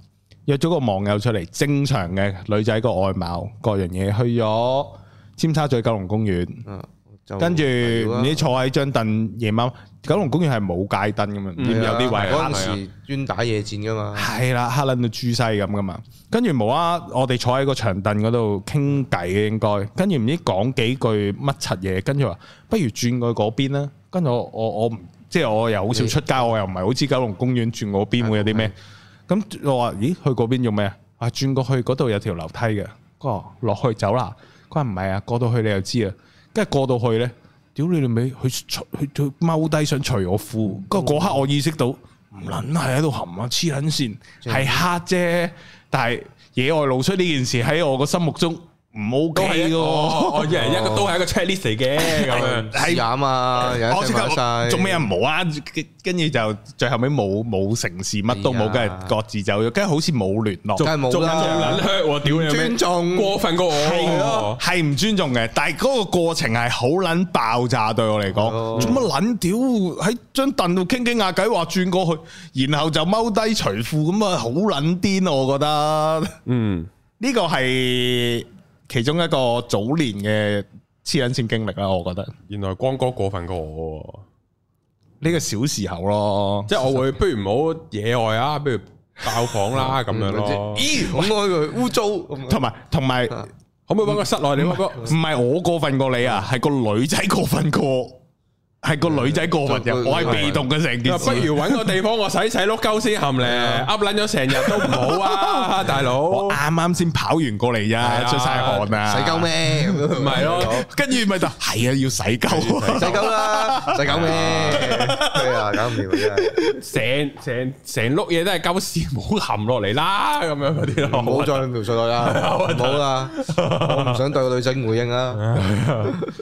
S3: 約咗個網友出嚟，正常嘅女仔個外貌各樣嘢，去咗尖沙咀九龍公園。
S2: 嗯，就
S3: 跟住唔知
S2: 係喎
S3: 坐喺張凳夜晚，九龍公園係冇街燈咁嘛，唔知有啲位
S2: 嗰陣
S3: 黑
S2: 時專打夜戰噶嘛，
S3: 係啦，黑撚到豬西咁噶嘛。跟住冇啦，我哋坐喺個長凳嗰度傾偈嘅應該，跟住唔知講幾句乜柒嘢，跟住話不如轉過去嗰邊啦。跟住我我我唔即係我又好少出街，我又唔係好知九龍公園轉嗰邊會有啲咩。咁我話咦去嗰邊做咩啊？啊轉過去嗰度有條樓梯嘅，佢話落去走啦。佢話唔係啊，過到去你就知啊。跟住過到去咧，屌你老味，佢除佢佢踎低想除我褲。跟住嗰刻我意識到唔撚係喺度含啊，黐撚線，係黑啫。但係野外露出呢件事喺我個心目中唔 OK 嘅
S1: 哦
S3: 喎。
S1: 我以為一個都係一個 checklist 嚟嘅咁樣。
S2: 試下啊嘛， <laughs> 有
S3: 我
S2: 一
S3: 即
S2: 聲
S3: 刻
S2: 買晒，
S3: 做咩啊？冇啊！跟跟住就最後尾冇冇成事，乜都冇，
S2: 哎
S3: 跟
S2: 呀
S3: 住各自走咗，跟住好似冇聯絡
S2: 梗。係冇
S1: 撚
S2: 啦，
S1: 靴喎，屌你咩
S2: 尊？重
S1: 過分過我
S3: 係
S1: 喎
S3: 咯，，係唔尊重嘅，但係嗰個過程係好撚爆炸對我嚟講，
S2: 哦
S3: 做乜撚屌喺張凳度傾傾下偈，話轉過去，然後就踎低除褲咁啊，好撚癲我覺得
S1: 嗯，
S3: 呢個係其中一個早年嘅黐撚線經歷啦，我覺得
S1: 原來光哥過分過我喎，
S3: 呢個小時候咯，
S1: 即係我會不如唔好野外啊，不如爆房啦咁樣咯。
S2: 咦，咁開佢污糟咁樣，
S3: 同埋同埋
S2: 啊
S1: 可
S3: 唔
S1: 唔可以揾個室內？你可唔可以
S3: 係我過分過你啊，係個女仔過分過，係個女仔過
S2: 嗯
S3: 分嘅，我係被動嘅成件
S1: 啊不
S3: 事。
S1: 如揾個地方我洗洗碌鳩先含咧，噏撚咗成日都唔好 <laughs> 啊，大佬。
S3: 我啱啱先跑完過嚟
S1: 係
S3: 咋，
S1: 啊
S3: 出晒汗啊！
S2: 洗鳩？咩？唔
S1: 唔係咯，
S3: 跟住咪就係啊，要洗
S2: 洗
S3: 鳩。
S2: 狗啦，洗狗咩？係啊，搞唔掂真係，
S1: 成成成碌嘢都係鳩屎，唔好含落嚟啦，咁樣嗰啲咯。
S2: 唔好再描述我啦，唔好啦，我唔想對個女仔回應啦，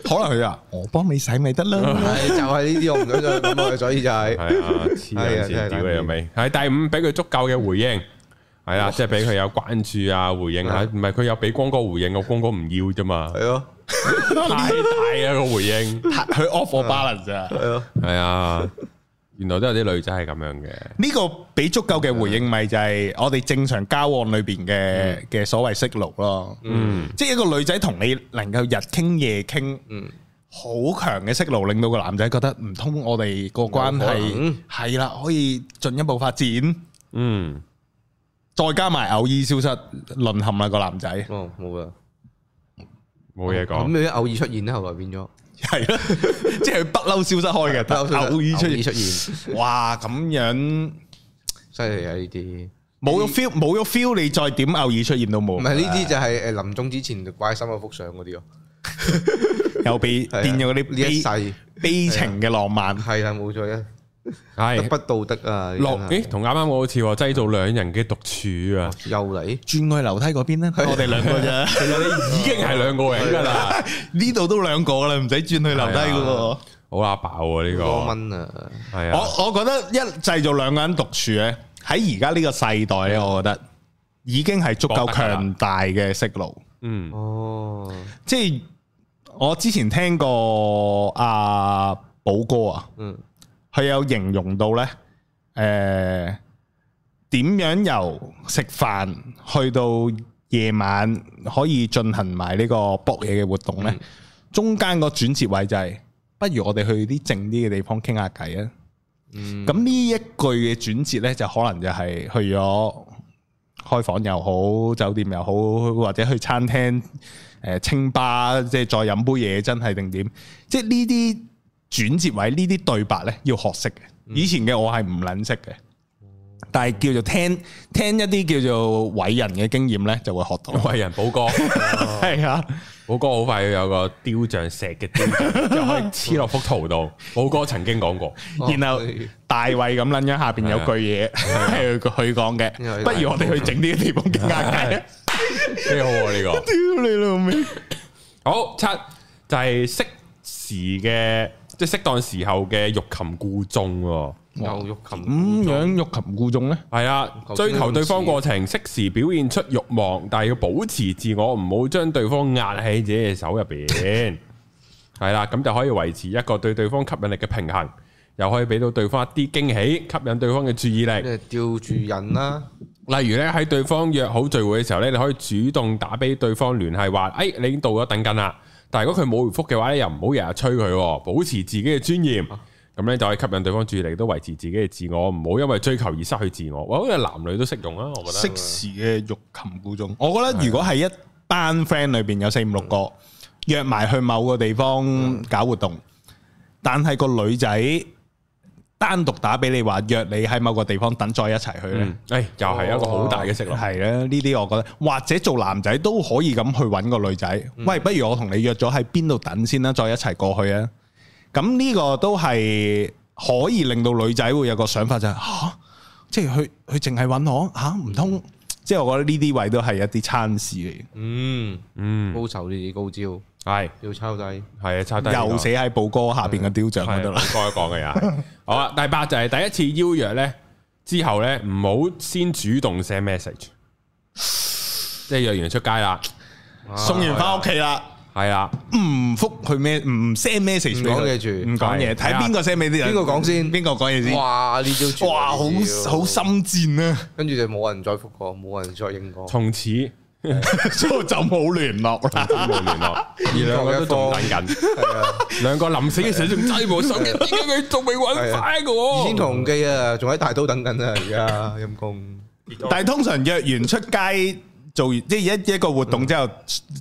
S3: 可能佢啊，我幫你洗咪得啦。
S2: 係就係呢啲我唔想再咁啊，所以就係
S1: 係啊，黐撚線，
S2: 係啊真係
S1: 屌你老味。係第五，俾佢足夠嘅回應。系啦，即係俾佢有關注啊，回應下，唔係佢有俾光哥回應，個光哥唔要啫嘛，
S2: 係咯，
S1: 太大啊個回應，
S3: <laughs> 佢 off 我 balance 啊！
S2: 係咯，
S1: 係啊，原來都有啲女仔係咁樣嘅，
S3: 呢個俾足夠嘅回應，咪就係我哋正常交往裏邊嘅嘅所謂息路咯。
S1: 嗯，
S3: 即係一個女仔同你能夠日傾夜傾，好強嘅息路，令到個男仔覺得唔通我哋個關
S2: 有可
S3: 係
S2: 能
S3: 係啦，可以進一步發展。
S1: 嗯，
S3: 再加埋偶爾消失，淪陷啦個男仔，
S2: 哦冇啦，
S1: 冇嘢
S2: 咁
S1: 講，
S2: 樣偶爾出現咧，後來變咗 <laughs>
S3: 係啦，即係佢不嬲消失開嘅，但
S2: 偶
S3: 偶爾出
S2: 爾出
S3: 現，
S2: 現，
S3: 哇咁樣
S2: 犀利啊呢啲。
S3: 冇咗 feel，冇咗 feel，你再點偶爾出現都
S2: 嗯唔
S3: 冇
S2: 係，呢啲就係誒臨終之前怪心嗰幅相嗰啲咯，
S3: 又被
S2: 係啊
S3: 變咗嗰
S2: 呢一世
S3: 啲悲悲情嘅浪漫。
S2: 係啦冇錯啊，德
S1: 係
S2: 不道德啊，
S1: 落，
S2: 真係
S1: 咦，同啱啱我好似喎，製造兩人嘅獨處啊，
S2: 又嚟，
S3: 轉去樓梯嗰邊啦，
S2: 啊
S3: 我哋兩個咋？
S1: 其實你已經係兩個人㗎 <laughs> 啦，
S3: 呢度都兩個啦，唔使轉去樓梯嗰個。
S1: 好啦爆啊呢個，
S2: 多蚊啊，
S1: 係啊，
S3: 我我覺得一製造兩個人獨處咧，喺而家呢個世代咧，我覺得已經係足夠強大嘅息路。
S1: 嗯，
S2: 哦，
S3: 即係我之前聽過阿、寶哥啊，
S2: 嗯，
S3: 佢有形容到咧，誒、點樣由食飯去到夜晚可以進行埋呢個搏嘢嘅活動咧，中間個轉折位就係、不如我哋去啲靜啲嘅地方傾下偈啊！
S2: 嗯
S3: 咁呢一句嘅轉折呢，就可能就係去咗開房又好，酒店又好，或者去餐廳、誒、清吧，即係再飲杯嘢，真係定點？即係呢啲轉折位，呢啲對白呢，要學識嘅。以前嘅我係唔撚識嘅，但係叫做聽聽一啲叫做偉人嘅經驗呢，就會學到。
S1: 為人寶哥。
S3: <laughs>
S1: <laughs>
S3: 係啊，
S1: 寶哥好快要有個雕像石嘅雕像， <laughs> 就可以黐落幅圖度。寶哥曾經講過，
S2: 哦
S3: 然後
S2: 係
S3: 大衛咁撚樣，下邊有句嘢係 <laughs> 佢講嘅，
S2: 因為
S3: 不如我哋去整啲地方傾下偈啊。
S1: 幾好喎呢
S3: <laughs> 屌你老味！
S1: 個。好七就係適時嘅，即係適當時候嘅欲擒故縱喎。
S2: 又欲擒
S3: 咁
S2: 故縱
S3: 樣欲擒故縱咧，
S1: 係啊，追求對方過程，適時表現出欲望，但係要保持自我，唔好將對方壓喺自己嘅手入邊。係啦，咁就可以維持一個對對方吸引力嘅平衡，又可以俾到對方一啲驚喜，吸引對方嘅注意力。
S2: 即係吊住人啦，
S1: 例如咧喺對方約好聚會嘅時候咧，你可以主動打俾對方聯繫，話：，哎，你已經到咗等緊啦。但係如果佢冇回覆嘅話咧，又唔好日日催佢喎，保持自己嘅尊嚴。咁咧就可以吸引對方注意力，都維持自己嘅自我，唔好因為追求而失去自我。哇，好似男女都適用啊，我覺得。
S3: 適時嘅欲擒故縱。我覺得如果係一班 friend 裏邊有四五六個約埋去某個地方搞活動，但係個女仔單獨打俾你話約你喺某個地方等再一齊去咧
S1: 嗯，，誒、又係一個好大嘅適用。
S3: 係啦。呢啲我覺得，或者做男仔都可以咁去揾個女仔，
S2: 嗯
S3: 喂，不如我同你約咗喺邊度等先啦，再一齊過去啊。咁呢個都係可以令到女仔會有個想法就係、吓即係佢佢淨係揾我吓，唔、通？即係我覺得呢啲位都係一啲餐事嚟
S2: 嗯，
S1: 嗯，
S2: 高手呢啲高招
S1: 係
S2: 要抄低，
S1: 係啊，抄低呢
S3: 嘅，
S1: 個
S3: 又寫喺寶哥下邊嘅雕像嗰度啦。
S1: 係啊應該講嘅又
S3: <laughs>
S1: 係。好啊，第八就係第一次邀約咧，之後咧唔好先主動 send message，即係約完出街啦，
S2: 啊
S3: 送完翻屋企啦，
S1: 係啊啦，
S3: 唔覆佢咩？唔 send message，俾
S2: 唔
S3: 佢
S2: 講嘢住
S3: 唔講
S1: 係
S3: 嘢，睇邊個 send 俾啲人，
S2: 邊個講先
S3: 邊個講嘢先？
S2: 哇呢招絕啊
S3: 哇，好
S2: 呢招
S3: 好心戰啊！
S2: 跟住就冇人再覆過，冇人再應過，
S1: 從此。
S3: <laughs> 所以就冇聯絡啦。
S1: 冇聯
S3: <laughs>
S1: 絡，而兩個都仲等緊，
S2: 係啊，
S1: 兩個臨死嘅時候仲擠部手機，點解佢仲未揾
S3: 啊
S1: 翻我？
S2: 倚天屠龍記啊，仲喺大都等緊啊，而家陰公，
S3: 但係通常約完出街做完，即係一一個活動之後，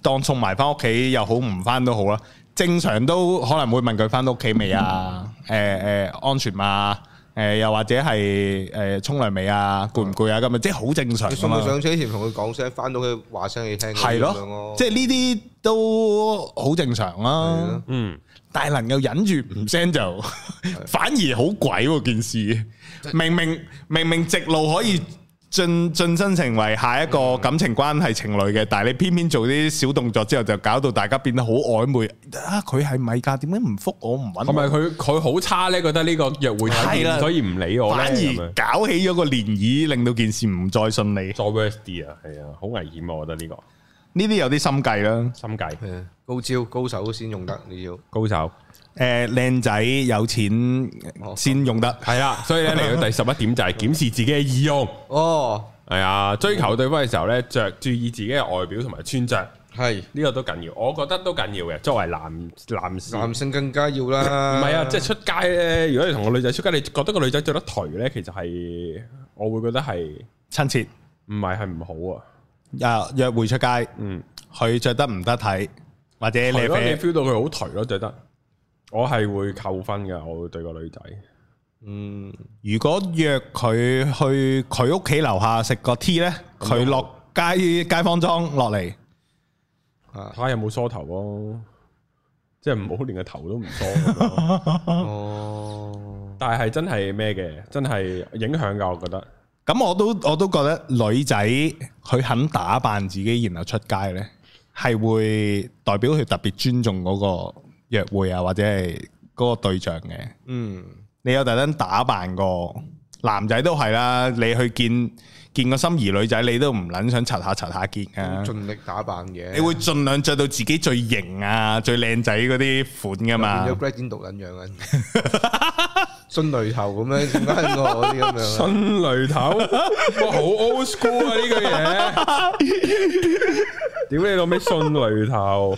S3: 當送埋翻屋企又好，唔翻都好啦。正常都可能會問佢翻到屋企未啊？誒誒、
S2: 嗯
S3: 安全嘛？誒、又或者係誒沖涼未啊？攰唔攰啊？咁啊，即係好正常
S2: 你
S3: 㗎
S2: 送佢
S3: 嘛。
S2: 上車前同佢講聲，翻到去話聲你聽，
S3: 係
S2: 咁樣咯
S3: 咯，即係呢啲都好正常
S2: 係
S3: 啦
S2: 咯。
S1: 嗯，
S3: 但係能夠忍住唔 send 就，反而好鬼喎件事。明明明明直路可以晋晋身成為下一
S2: 嗯
S3: 個感情關係情侶嘅，但係你偏偏做啲小動作之後，就搞到大家變得好曖昧。啊，佢係咪㗎？點解唔復我唔揾
S1: 同埋
S3: 我？
S1: 佢佢好差咧，覺得呢個約會體
S3: 係啦
S1: 驗，所以唔理我
S3: 反
S1: 咧，咁樣
S3: 而搞起咗個漣漪，令到件事唔再順利。
S1: 再 worse 啲啊，係啊，好危險啊，我覺得呢個
S3: 呢啲有啲心計啦。
S1: 心計
S2: 係高招高手先用得，你要
S1: 高手
S3: 誒，靚仔有錢
S2: 哦
S3: 先用得。
S1: 係啦，所以咧嚟到第十一點就係檢視自己嘅意用，
S2: 哦，
S1: 係啊，追求對方嘅時候咧，着注意自己嘅外表同埋穿着，
S2: 係
S1: 呢個都緊要，我覺得都緊要嘅。作為男男士，
S2: 男
S1: 唔
S2: 性更加要
S1: <laughs>
S2: 啦。
S1: 係啊，即係出街咧，如果你同個女仔出街，你覺得個女仔着得頹咧，其實係我會覺得係
S3: 親切，
S1: 唔係係唔好啊，
S3: 啊約會出街，
S1: 嗯。
S3: 佢着得唔得體，或者
S1: 係
S3: 你
S1: 咯，你
S3: 啡
S1: feel 到佢好頹咯，就得。我係會扣分嘅，我會對個女仔。
S2: 嗯，
S3: 如果約佢去佢屋企樓下食個 tea 咧，佢落街街坊裝落嚟，
S2: 啊
S1: 睇，下有冇梳頭咯，即係唔好連個頭都唔梳咁咯。
S2: 哦，
S1: 但係係真係咩嘅，真係影響㗎，我覺得。
S3: 咁我都我都覺得女仔佢肯打扮自己然後出街咧，係會代表佢特別尊重嗰個約會啊，或者係嗰個對象嘅。
S2: 嗯，
S3: 你有特登打扮過，男仔都係啦，你去見見個心儀女仔，你都唔撚想擦下擦下見啊。
S2: 盡力打扮嘅，
S3: 你會盡量着到自己最型啊、最靚仔嗰啲款噶嘛
S2: 變？咗 grad 讀撚樣啊， <laughs> 信雷頭咁樣，點解我嗰啲咁樣啊？
S1: 新雷頭， <laughs> 哇，好 old school 啊呢 <laughs> 句嘢。屌你老味，信雷頭，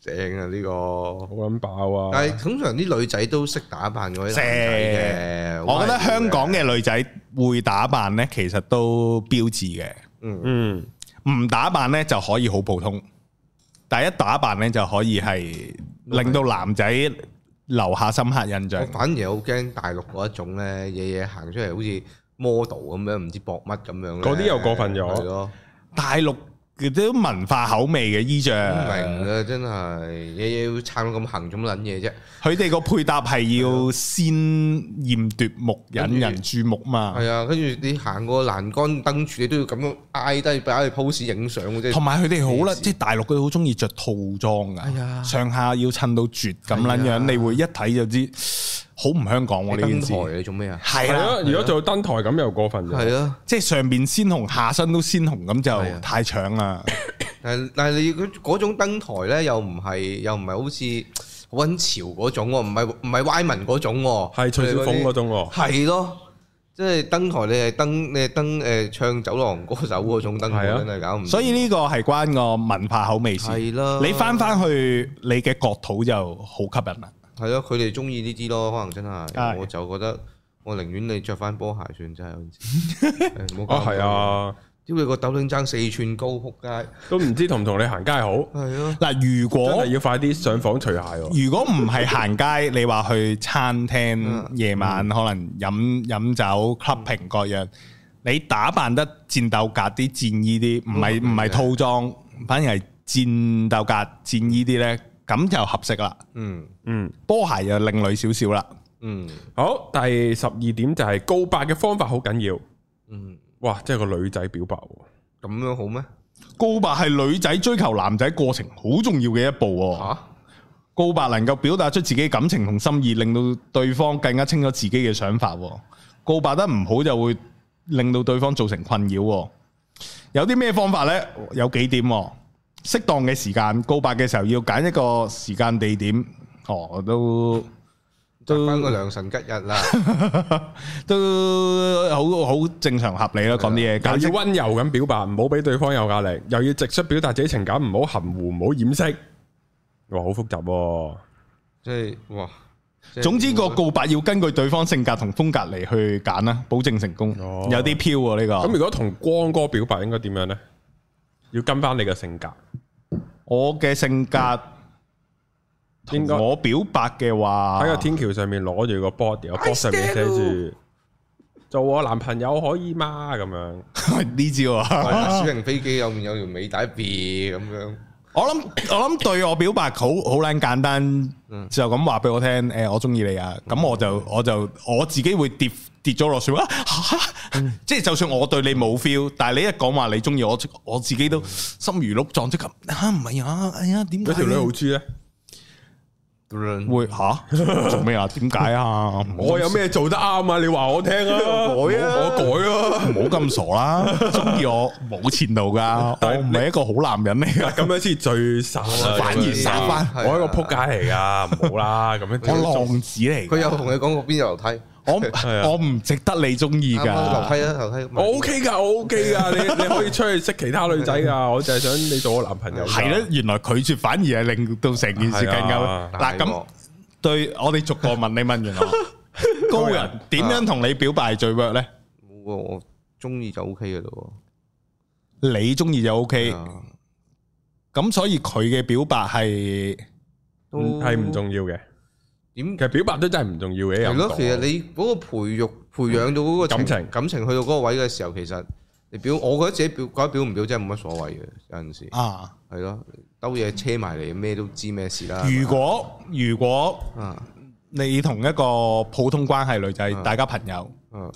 S2: 正啊呢個
S1: 好。撚爆啊！
S2: 但係通常啲女仔都識打扮嗰啲男仔嘅，
S3: 我覺
S2: 好
S3: 得
S2: 難
S3: 香
S2: 嘅
S3: 港嘅女仔會打扮呢，其實都標誌嘅。
S1: 嗯，
S3: 唔打扮呢就可以好普通，但一打扮呢就可以係令到男仔留下深刻印象
S2: 我。反而好驚大陸嗰一種咧，夜夜行出嚟好似 model 咁樣，唔知搏乜咁樣呢。
S1: 嗰啲又過分咗
S2: 係咯，
S3: 大陸嘅啲文化口味嘅衣着，
S2: 唔明啊，真係夜夜要撐到咁行，做乜撚嘢啫？
S3: 佢哋個配搭係要鮮豔奪目、引人注目嘛。
S2: 係啊，跟住你行過欄杆燈柱，你都要咁樣挨低擺去 pose 影相嘅啫
S3: 同。埋佢哋好啦，
S2: 黐線
S3: 即係大陸佢好中意着套裝
S2: 係
S3: 噶，
S2: 啊
S3: 上下要襯到絕咁撚
S2: 係
S3: 樣，
S2: 啊
S3: 你會一睇就知好唔香港
S2: 你
S3: 喎呢件
S2: 登台
S3: 事。
S2: 你做咩啊？
S3: 係
S1: 係
S3: 啦，
S1: 咯，如果做到登台咁又過分咗。
S2: 係啊，
S3: 即係上邊鮮紅，下身都鮮紅，咁
S2: 係
S3: 就
S2: 啊
S3: 太搶啦。
S2: 但係但係你嗰嗰種登台咧，又唔係又唔係好似好温潮嗰種喎，唔係唔係歪文嗰種喎，
S1: 係徐小鳳嗰
S2: 種。
S1: 種喎，
S2: 係咯，即係登台你係登你係登誒唱走廊歌手嗰種登台
S1: 係啊
S2: 真係搞唔掂。
S3: 所以呢個係關個文化口味事。
S2: 嗯係啊啦，
S3: 你翻翻去你嘅國土就好吸引啦。
S2: 係咯，佢哋中意呢啲咯，可能真
S3: 係
S2: 係，我就覺得我寧願你着翻波鞋算真係有陣
S3: <laughs>
S2: 時。誒唔好搞
S1: 啊
S2: 咁多
S1: 係啊，
S2: 屌你個斗領爭四寸高，仆街！
S1: 都唔知同唔同你行街好。
S2: 係咯，
S3: 嗱，
S1: 真
S3: 如果
S1: 係要快啲上房除鞋喎。
S3: 如果唔係行街，你話去餐廳夜晚可能飲飲酒、clubbing 各樣，你打扮得戰鬥格啲、戰衣啲，唔係
S2: 嗯
S3: 唔係套裝，反而係戰鬥格、戰衣啲呢，咁就合適啦。
S2: 嗯
S1: 嗯，
S3: 波鞋又另類少少啦，
S2: 嗯
S1: 好，第十二點就係告白嘅方法好緊要。
S2: 嗯，
S1: 哇，即係個女仔表白喎，
S2: 咁樣好咩？
S3: 告白係女仔追求男仔過程好重要嘅一步喎。
S2: 嚇
S3: 告白能夠表達出自己感情同心意，令到對方更加清楚自己嘅想法喎。告白得唔好就會令到對方造成困擾喎。有啲咩方法呢？有幾點喎？適當嘅時間告白嘅時候要揀一個時間地點。哦，都
S2: 執翻個良辰吉日
S3: <laughs>
S2: 啦，
S3: 都好好正常合理啦，講啲嘢
S1: 又
S3: 簡
S1: 要
S3: 直
S1: 温柔咁表白，唔好俾對方有壓力，又要直率表達自己情感，唔好含糊，唔好掩飾。哇，好複雜喎，
S2: 即係哇！即係
S3: 總之個告白要根據對方性格同風格嚟去揀啦，保證成功。
S1: 哦
S3: 有啲飄喎呢個。
S1: 咁如果同光哥表白應該點樣呢？要跟翻你嘅性格，
S3: 我嘅性格，
S1: 應
S3: 同
S1: 該
S3: 我表白嘅話，
S1: 喺個天橋上面攞住個 board，有 board 上面寫住做我男朋友可以嗎？咁樣
S3: <laughs> 呢招
S1: <laughs>
S3: 啊！
S2: 係啊小型飛機有面有條尾帶別咁樣，
S3: 我諗我諗對我表白好好撚簡
S1: 嗯
S3: 單，就咁話俾我聽，誒，我中意你啊！咁我就我就我自己會 def- 跌咗落水啊！嚇
S1: 嗯
S3: 即係就算我對你冇 feel，但係你一講話你中意我，我自己都心如鹿撞即咁吓，唔係啊！哎呀，點解
S1: 嗯嗰條女好豬咧，
S3: 會吓做咩啊？點解啊？
S1: <laughs> 我有咩做得啱啊？你話我聽
S3: <laughs>
S1: 啊，改
S2: 啊
S1: 我改啊。
S3: 唔好咁傻啦！中意我冇前途噶，我唔係一個好男人嚟噶，
S1: 咁樣先最愁啊！
S3: 反而殺翻
S2: 係啊
S1: 我一個撲街嚟噶，唔好啦，咁樣
S3: 我浪子嚟㗎。
S2: 佢有同你講過邊有樓梯，
S3: 我
S1: 啊
S3: 我唔值得你中意
S2: 啱啱樓
S3: 噶。
S2: 梯啊，樓梯。
S1: 我 OK 噶，我 OK 噶，你你可以出去識其他女仔噶，我就係想你做我男朋友。
S3: 係咧，，原來拒絕反而係令到成件事更
S1: 係
S3: 加
S1: 啊
S3: 嗱咁。對我哋逐個問你問完我，高人點樣同你表白係最 work 咧？
S2: 冇啊，我中意就 O K 嘅咯
S3: 你中意就 OK，
S2: 喎。啊
S3: 咁所以佢嘅表白係
S2: 都
S1: 係唔重要嘅。
S2: 點
S1: 其？實表白都真係唔重要嘅。
S2: 係
S1: 有
S2: 咯
S1: 講，
S2: 其實你嗰個培育、培養到嗰個
S1: 感情
S2: 感情去到嗰個位嘅時候，其實你表，我覺得自己表，覺得表唔表真係冇乜所謂嘅。有陣
S3: À,
S2: 時
S3: 啊，
S2: 係咯，兜嘢車埋嚟，咩都知咩事啦。
S3: 如果如果
S2: 啊，
S3: 你同一個普通關係女仔，
S2: 嗯
S3: 大家朋友。
S2: 嗯，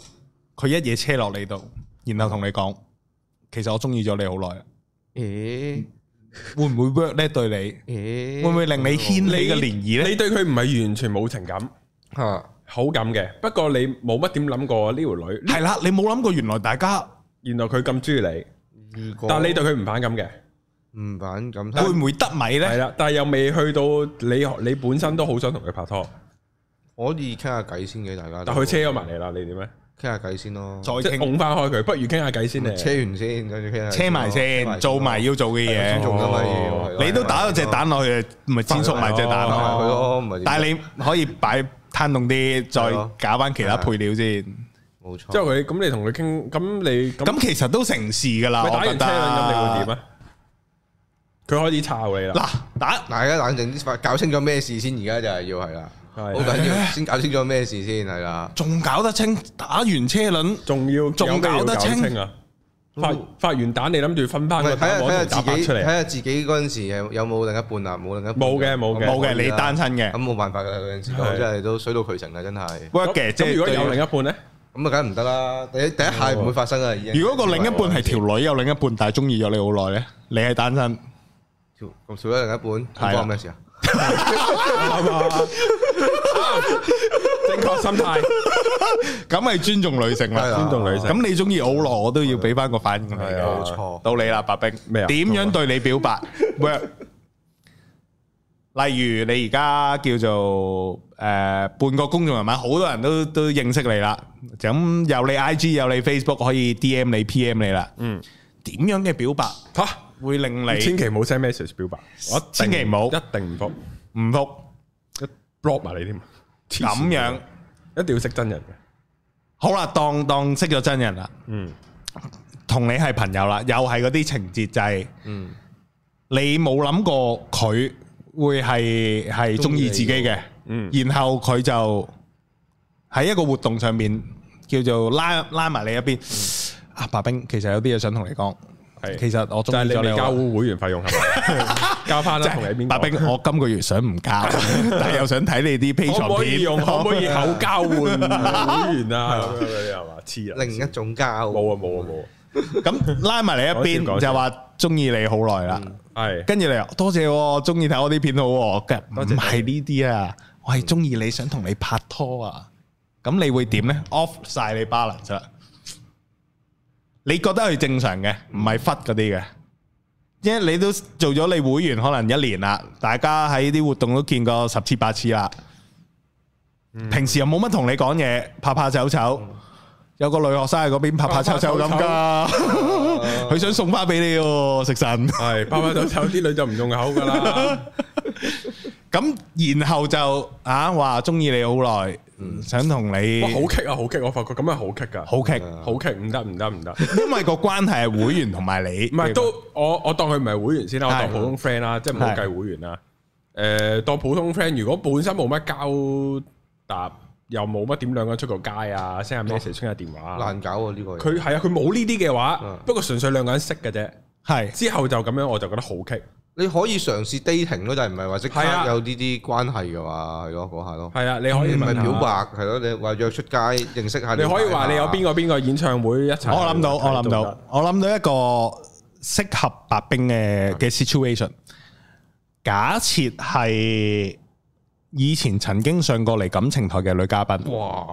S3: 佢一嘢車落你度，然後同你講，其實我中意咗你好耐啦，
S2: 誒
S3: 會唔會 work 咧對你？
S2: 誒，
S3: 會唔會令
S2: Ờ.
S3: 你掀起嘅漣漪咧？
S1: 你對佢唔係完全冇情感、
S2: 嚇？
S1: 好感嘅，不過你冇乜點諗過呢條女，
S3: 係啦，你冇諗過原來大家
S1: 原來佢咁中意你，
S2: 如果
S1: 但係你對佢唔反感嘅，
S2: 唔反感，
S3: 會唔會得米
S1: 係
S3: 咧？
S1: 啦，但係又未去到你你本身都好想同佢拍拖，
S2: 可以傾下偈先嘅，大家都。
S1: 但佢車咗埋嚟啦，你點咧？
S2: 傾下偈先咯，
S3: 再
S1: 即係
S3: 傾
S1: 拱翻開佢，不如傾下偈先咧。
S2: 車完先，跟住傾下偈咯。
S3: 車埋先，做埋要做嘅
S2: 先做
S3: 嘢。
S2: 㗎嘛
S1: 哦
S2: 要係咯
S3: 你都打咗隻蛋落去，咪煎熟埋隻蛋
S2: 打埋
S3: 咯。
S2: 佢咯，唔係點
S3: 但係你可以擺攤凍啲，
S2: 係
S3: 再
S2: 咯
S3: 搞翻其他配料先。
S2: 冇錯。
S1: 之後佢咁你同佢傾，咁你咁
S3: 咁其實都成事噶啦，
S1: 咪打
S3: 啊我覺
S1: 完車咁你會
S3: 得。
S1: 點啊？佢開始抄你啦，
S3: 嗱，打
S2: 大家冷靜啲，搞清楚咩事先，而家就係要係啦，好
S1: 係
S2: 緊要，先搞清楚咩事先係啦。
S3: 仲搞得清，打完車輪
S1: 仲要
S3: 仲
S1: 有咩要
S3: 搞得清
S1: 啊？發發完蛋，你諗住分翻
S2: 唔係
S1: 個
S2: 睇下
S1: 蛋
S2: 睇
S1: 黃
S2: 下
S1: 同打
S2: 自
S1: 白
S2: 己，
S1: 出
S2: 睇
S1: 嚟，
S2: 下自己嗰陣時有有冇另一半啊？冇另一半
S1: 冇嘅冇嘅
S3: 冇嘅，你單身嘅
S2: 咁。冇辦法㗎啦，嗰陣時
S1: 係
S2: 真係都水到渠成啦，真係。
S3: work
S1: 咁
S3: 嘅，即
S1: 咁
S3: 係
S1: 如果有
S3: 對
S1: 另一半咧，
S2: 咁啊，梗係唔得啦！第一第一下唔會發生啊，已經。
S3: 如果個另一半係條女有另一半，但係中意咗你好耐咧，你係單身，
S2: 條咁少咗另一半，
S3: 係啦
S2: 咁關我咩事啊？
S1: 啱啊啱正確心態，
S3: <laughs> 咁咪尊重女性
S2: 係啦
S3: 啦。
S1: 尊重女性。
S3: 咁你中意我好耐，我都要俾翻個反應你
S1: 係啊
S3: 嘅。
S2: 冇錯，
S3: 到你啦，白冰，
S1: 咩啊
S3: 點樣對你表白 work？例如你而家叫做誒半個公眾人物，好多人都都認識你啦。咁有你 IG 有你 Facebook 可以 DM 你 PM 你啦。
S1: 嗯，
S3: 點樣嘅表白
S1: 吓，
S3: 會令
S1: 千
S3: 你
S1: 祈唔好 send message 表白，我一定
S3: 千祈唔好
S1: 一定唔復
S3: 唔復
S1: 一，block 埋你添。黐線
S3: 咁樣？
S1: 一定要識真人嘅，
S3: 好啦，當當識咗真人啦。
S1: 嗯，
S3: 同你係朋友啦，又係嗰啲情節就係
S2: 嗯，
S3: 你冇諗過佢會係係中意自己嘅，
S1: 嗯
S3: 然後佢就喺一個活動上面叫做拉拉埋你一邊。啊，白冰，其實有啲嘢想同你講，
S1: 嗯係
S3: 其實我
S1: 就
S3: 中
S1: 係
S3: 意
S1: 你
S3: 咗
S1: 未
S3: 你
S1: 交
S3: 好耐。
S1: 會員費用係咪？
S3: <laughs>
S1: 交翻啦，同你邊個
S3: 白冰，我今個月想唔
S1: <laughs>
S3: 交，但係又想睇你啲 P
S1: 可唔
S3: 床
S1: 可以
S3: 片，
S1: 用？可唔可以口交換
S3: <laughs>
S1: 會員啊？咁樣嗰啲係嘛？黐啦，
S2: 另一種交
S1: 冇啊冇啊冇啊
S3: 咁拉埋你一
S1: 講笑
S3: 邊
S1: 講笑
S3: 就話中意你好耐啦。
S1: 係
S3: 跟住你話多謝喎，中意睇我啲片好喎，跟住唔係呢啲啊，我係中意你想同你拍拖啊，咁你會點呢 o f f 晒你 balance 啦，你覺得佢正常嘅，唔係忽嗰啲嘅，因為你都做咗你會員可能一年啦，大家喺啲活動都見過十次八次啦，平時又冇乜同你講嘢，怕怕醜醜，有個女學生喺嗰邊怕怕醜醜咁噶， <laughs> 佢想送花俾你喎，食神。
S1: 係，包包手手啲女就唔用口噶啦，
S3: 咁然後就啊話中意你好耐，想同
S1: <laughs> <laughs>
S3: 你
S1: 哇好棘啊好棘，我發覺咁樣好棘噶，
S3: 好劇，
S1: 好棘，唔得唔得唔得，
S3: 因為個關係係會員同埋你，
S1: 唔係都我我當佢唔係會員先啦，我當
S3: 啊係
S1: 普通 friend 啦，即係唔好
S3: 係
S1: 計會員啦。誒，當普通 friend，如果本身冇乜交搭，又冇乜點兩個人出過街啊，send 下 message、傾下電話啊，
S2: 難搞喎呢個嘢。
S1: 佢係啊，佢冇呢啲嘅話
S2: 嗯，
S1: 不過純粹兩個人識嘅啫。
S3: 係
S1: 之後就咁樣，我就覺得好棘，
S2: 你可以嘗試 dating 咯，但係唔係話即刻
S1: 係啊
S2: 有呢啲關係嘅話，係咯嗰下咯，
S1: 係啊，你可以
S2: 唔係
S1: 問下
S2: 表白係咯，你話約出街認識下，
S1: 你可以話你有邊
S2: 個
S1: 個邊個演唱會一齊。
S3: 我諗到，我諗
S1: 都得
S3: 到，我諗到一個適合白冰嘅嘅 situation。假設係以前曾經上過嚟感情台嘅女嘉賓，
S2: 哇，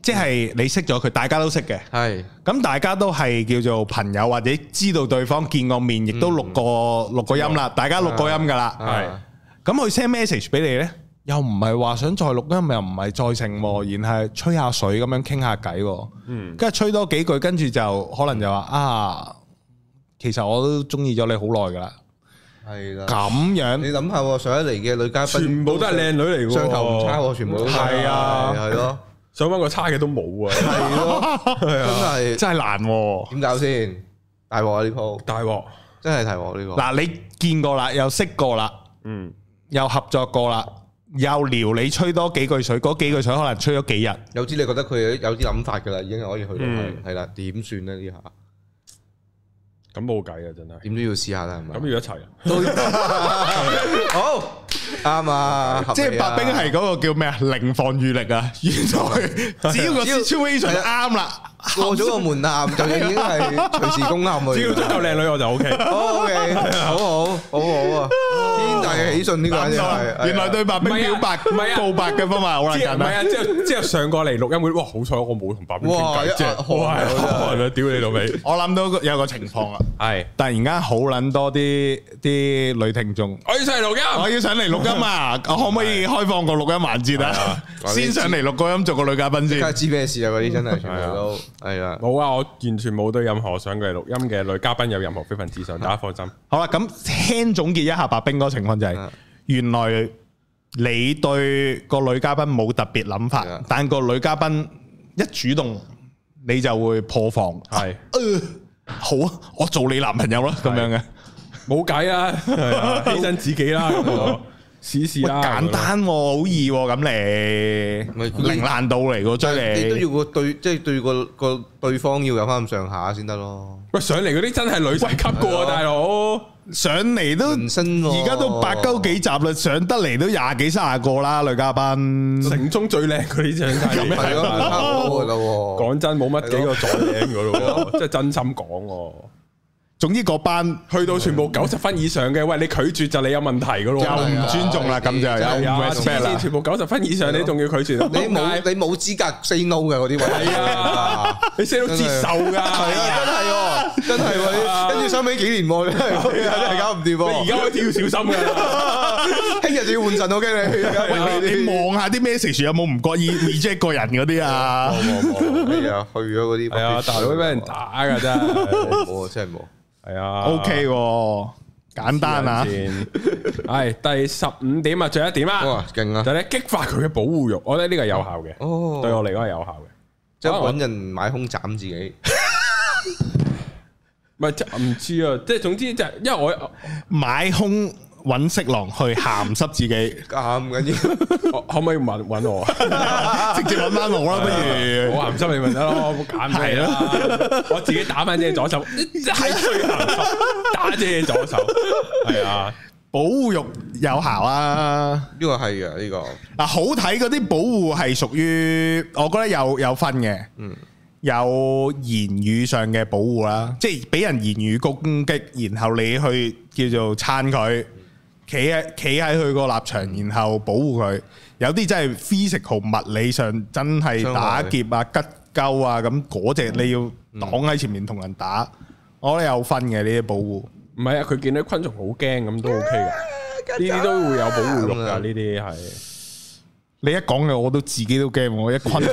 S3: 即係你識咗佢，大家都識嘅，
S2: 係
S3: 咁大家都係叫做朋友或者知道對方見過面，亦都錄過錄過音啦，大家錄過音噶啦。
S1: 係
S2: 啊
S3: 咁佢 send message 俾你呢，又唔係話想再錄音，又唔係再成喎，然係吹下水咁樣傾下偈喎。
S1: 嗯
S3: 跟住吹多幾句，跟住就可能就話啊，其實我都中意咗你好耐噶啦。
S2: 係啦。
S3: 咁
S2: 你
S3: 樣
S2: 諗下喎，上一嚟嘅女嘉賓
S1: 全部都係靚女嚟喎，
S2: 上頭唔差喎，全部都
S1: 係啊，
S2: 係咯，
S1: 想揾個差嘅都冇
S2: <laughs>
S1: 啊，
S2: 係咯，真係
S3: 真係難喎。
S2: 點搞先？大鑊啊呢鋪，
S1: 大鑊。
S2: 真係大鑊呢個。
S3: 嗱，你見過啦，又識過啦，
S1: 嗯，
S3: 又合作過啦，又撩你吹多幾句水，嗰幾句水可能吹咗幾日。
S2: 有啲你覺得佢有啲諗法㗎啦，已經係可以去到
S1: 嗯
S2: 係係啦，點算咧呢下？
S1: 咁冇計啊，真係。
S2: 點都要試下啦，係咪
S1: 咁？要一齊啊？
S2: <laughs> 好啱啊！合理啊
S3: 即係白冰係嗰個叫咩啊？零防禦力啊！原 <laughs> 來只要個
S2: 只要
S3: situation
S2: 係
S3: 啱啦，
S2: 過咗個門檻，就已經係隨時攻陷啊！
S1: 只要足夠靚女我就 O K。
S2: 好 OK，好好好好啊！天大嘅喜訊呢個
S3: 諗
S2: 真
S3: 到啦啊
S2: 係，
S3: 原來對白冰
S1: 唔係
S3: 表
S1: 啊
S3: 白
S1: 唔係啊
S3: 告白嘅方法好難
S1: 之後
S3: 簡
S1: 唔係
S3: 單。
S1: 啊，之後之後上過嚟錄音會，哇！好彩我冇同白冰傾偈啫，
S2: 哇一
S1: 哇！係啊屌你老味，
S3: 我諗到有個情況啦。啊
S1: 係
S3: 突然間好撚多啲啲女聽眾，
S1: 我要上嚟錄音
S3: 我，要上嚟錄音 <laughs> 啊！我可唔可以開放個錄音環節啊？ <laughs> 先上嚟錄個音做個女嘉
S2: 梗
S3: 賓
S2: 係
S3: 先。
S2: 知咩事啊！嗰啲真係全部都係啊！
S1: 冇啊！我完全冇對任何上過嚟錄音嘅女嘉賓有任何非分之想，大家放心。
S3: 好啦，咁輕總結一下白冰嗰個情況就係
S2: 啊，
S3: 原來你對個女嘉賓冇特別諗法
S2: 係啊，
S3: 但個女嘉賓一主動，你就會破防。
S2: 啊
S1: 係
S3: 呃好啊，我做你男朋友啦，咁樣嘅。
S1: 冇計啊，係啊犧牲自己啦，咁我試試啊
S3: 喂，
S1: 啦。
S3: 簡單喎，好易喎，咁
S2: 咪
S3: 你零難度嚟喎，追
S2: 你
S3: 你
S2: 都要個對，即係對個個對方要有翻咁上下先得咯。
S1: 喂，上嚟嗰啲真係女神級
S2: 係
S1: 噶啊，
S2: 啊
S1: 大佬。
S3: 上嚟都
S2: 人生喎
S3: 而家都百鳩幾集啦，上得嚟都廿幾卅個啦，女嘉賓。
S1: 城中最靚嗰啲真嗯係，
S2: 係咯，差唔多㗎啦喎。
S1: 講真冇乜幾個再靚噶咯，即係真心講喎。
S3: 總之嗰班
S1: 去到全部九十分以上嘅，喂，你拒絕就你有問題噶咯。
S3: 又唔尊重啦，咁就
S2: 係啊
S3: 又唔
S1: 啊，黐
S3: respect
S1: 線
S3: 啦。
S1: 全部九十分以上，你仲要拒絕？
S2: 你冇你冇資格 say no 嘅嗰啲位。係啊。
S1: 你 s 到接受噶，
S2: 係啊，真係喎，真係喎，跟住收尾幾年喎，真係真係搞唔掂
S1: 你而
S2: 喎。
S1: 家開始要小心噶。
S2: <laughs> 聽日就要換陣，我驚你。
S3: 喂，你你
S2: 冇
S3: 望下啲 message 有冇唔覺意 reject 個人嗰啲啊？
S2: 係啊，去咗嗰啲。
S1: 係啊，大佬俾人打噶真係。
S2: 冇啊，真係冇。
S1: <laughs> 係啊
S3: OK，喎簡單啊。
S1: 係第十五點啊，最後一點啊，
S2: 哇，勁啊
S1: 就！係咧激發佢嘅保護欲，我覺得呢個有效嘅，
S2: 哦
S1: 對我嚟講係有效嘅。
S2: 即係揾人買空斬自己。
S1: 唔係即係唔知啊，即係總之就係因為我
S3: 買空揾色狼去鹹濕自己，直
S2: 啱緊要，
S1: 我可唔可以問揾我？
S3: 接揾翻我啦，不
S1: <laughs>
S3: 如。
S1: 我鹹濕你咪得 <laughs> 咯，冇揀係啦，我自己打翻隻左手，係最鹹濕，打隻左 <laughs> 手，係啊，
S3: 保護欲有效啊！
S2: 呢個係嘅呢個。
S3: 嗱，好睇嗰啲保護係屬於，我覺得有有分嘅，
S2: 嗯，
S3: 有言語上嘅保護啦，即係俾人言語攻擊，然後你去叫做撐佢，企喺企喺佢個立場，然後保護佢。有啲真係 physical 物理上真係打劫啊、吉鳩啊咁嗰只，你要擋喺前面同人打，我覺得有分嘅呢啲保護。
S1: 唔係啊，佢見到昆蟲好驚咁 <laughs> 都 OK 噶，呢啲都會有保護欲噶，呢啲係，
S3: 你一講嘅我都自己都驚，我一昆蟲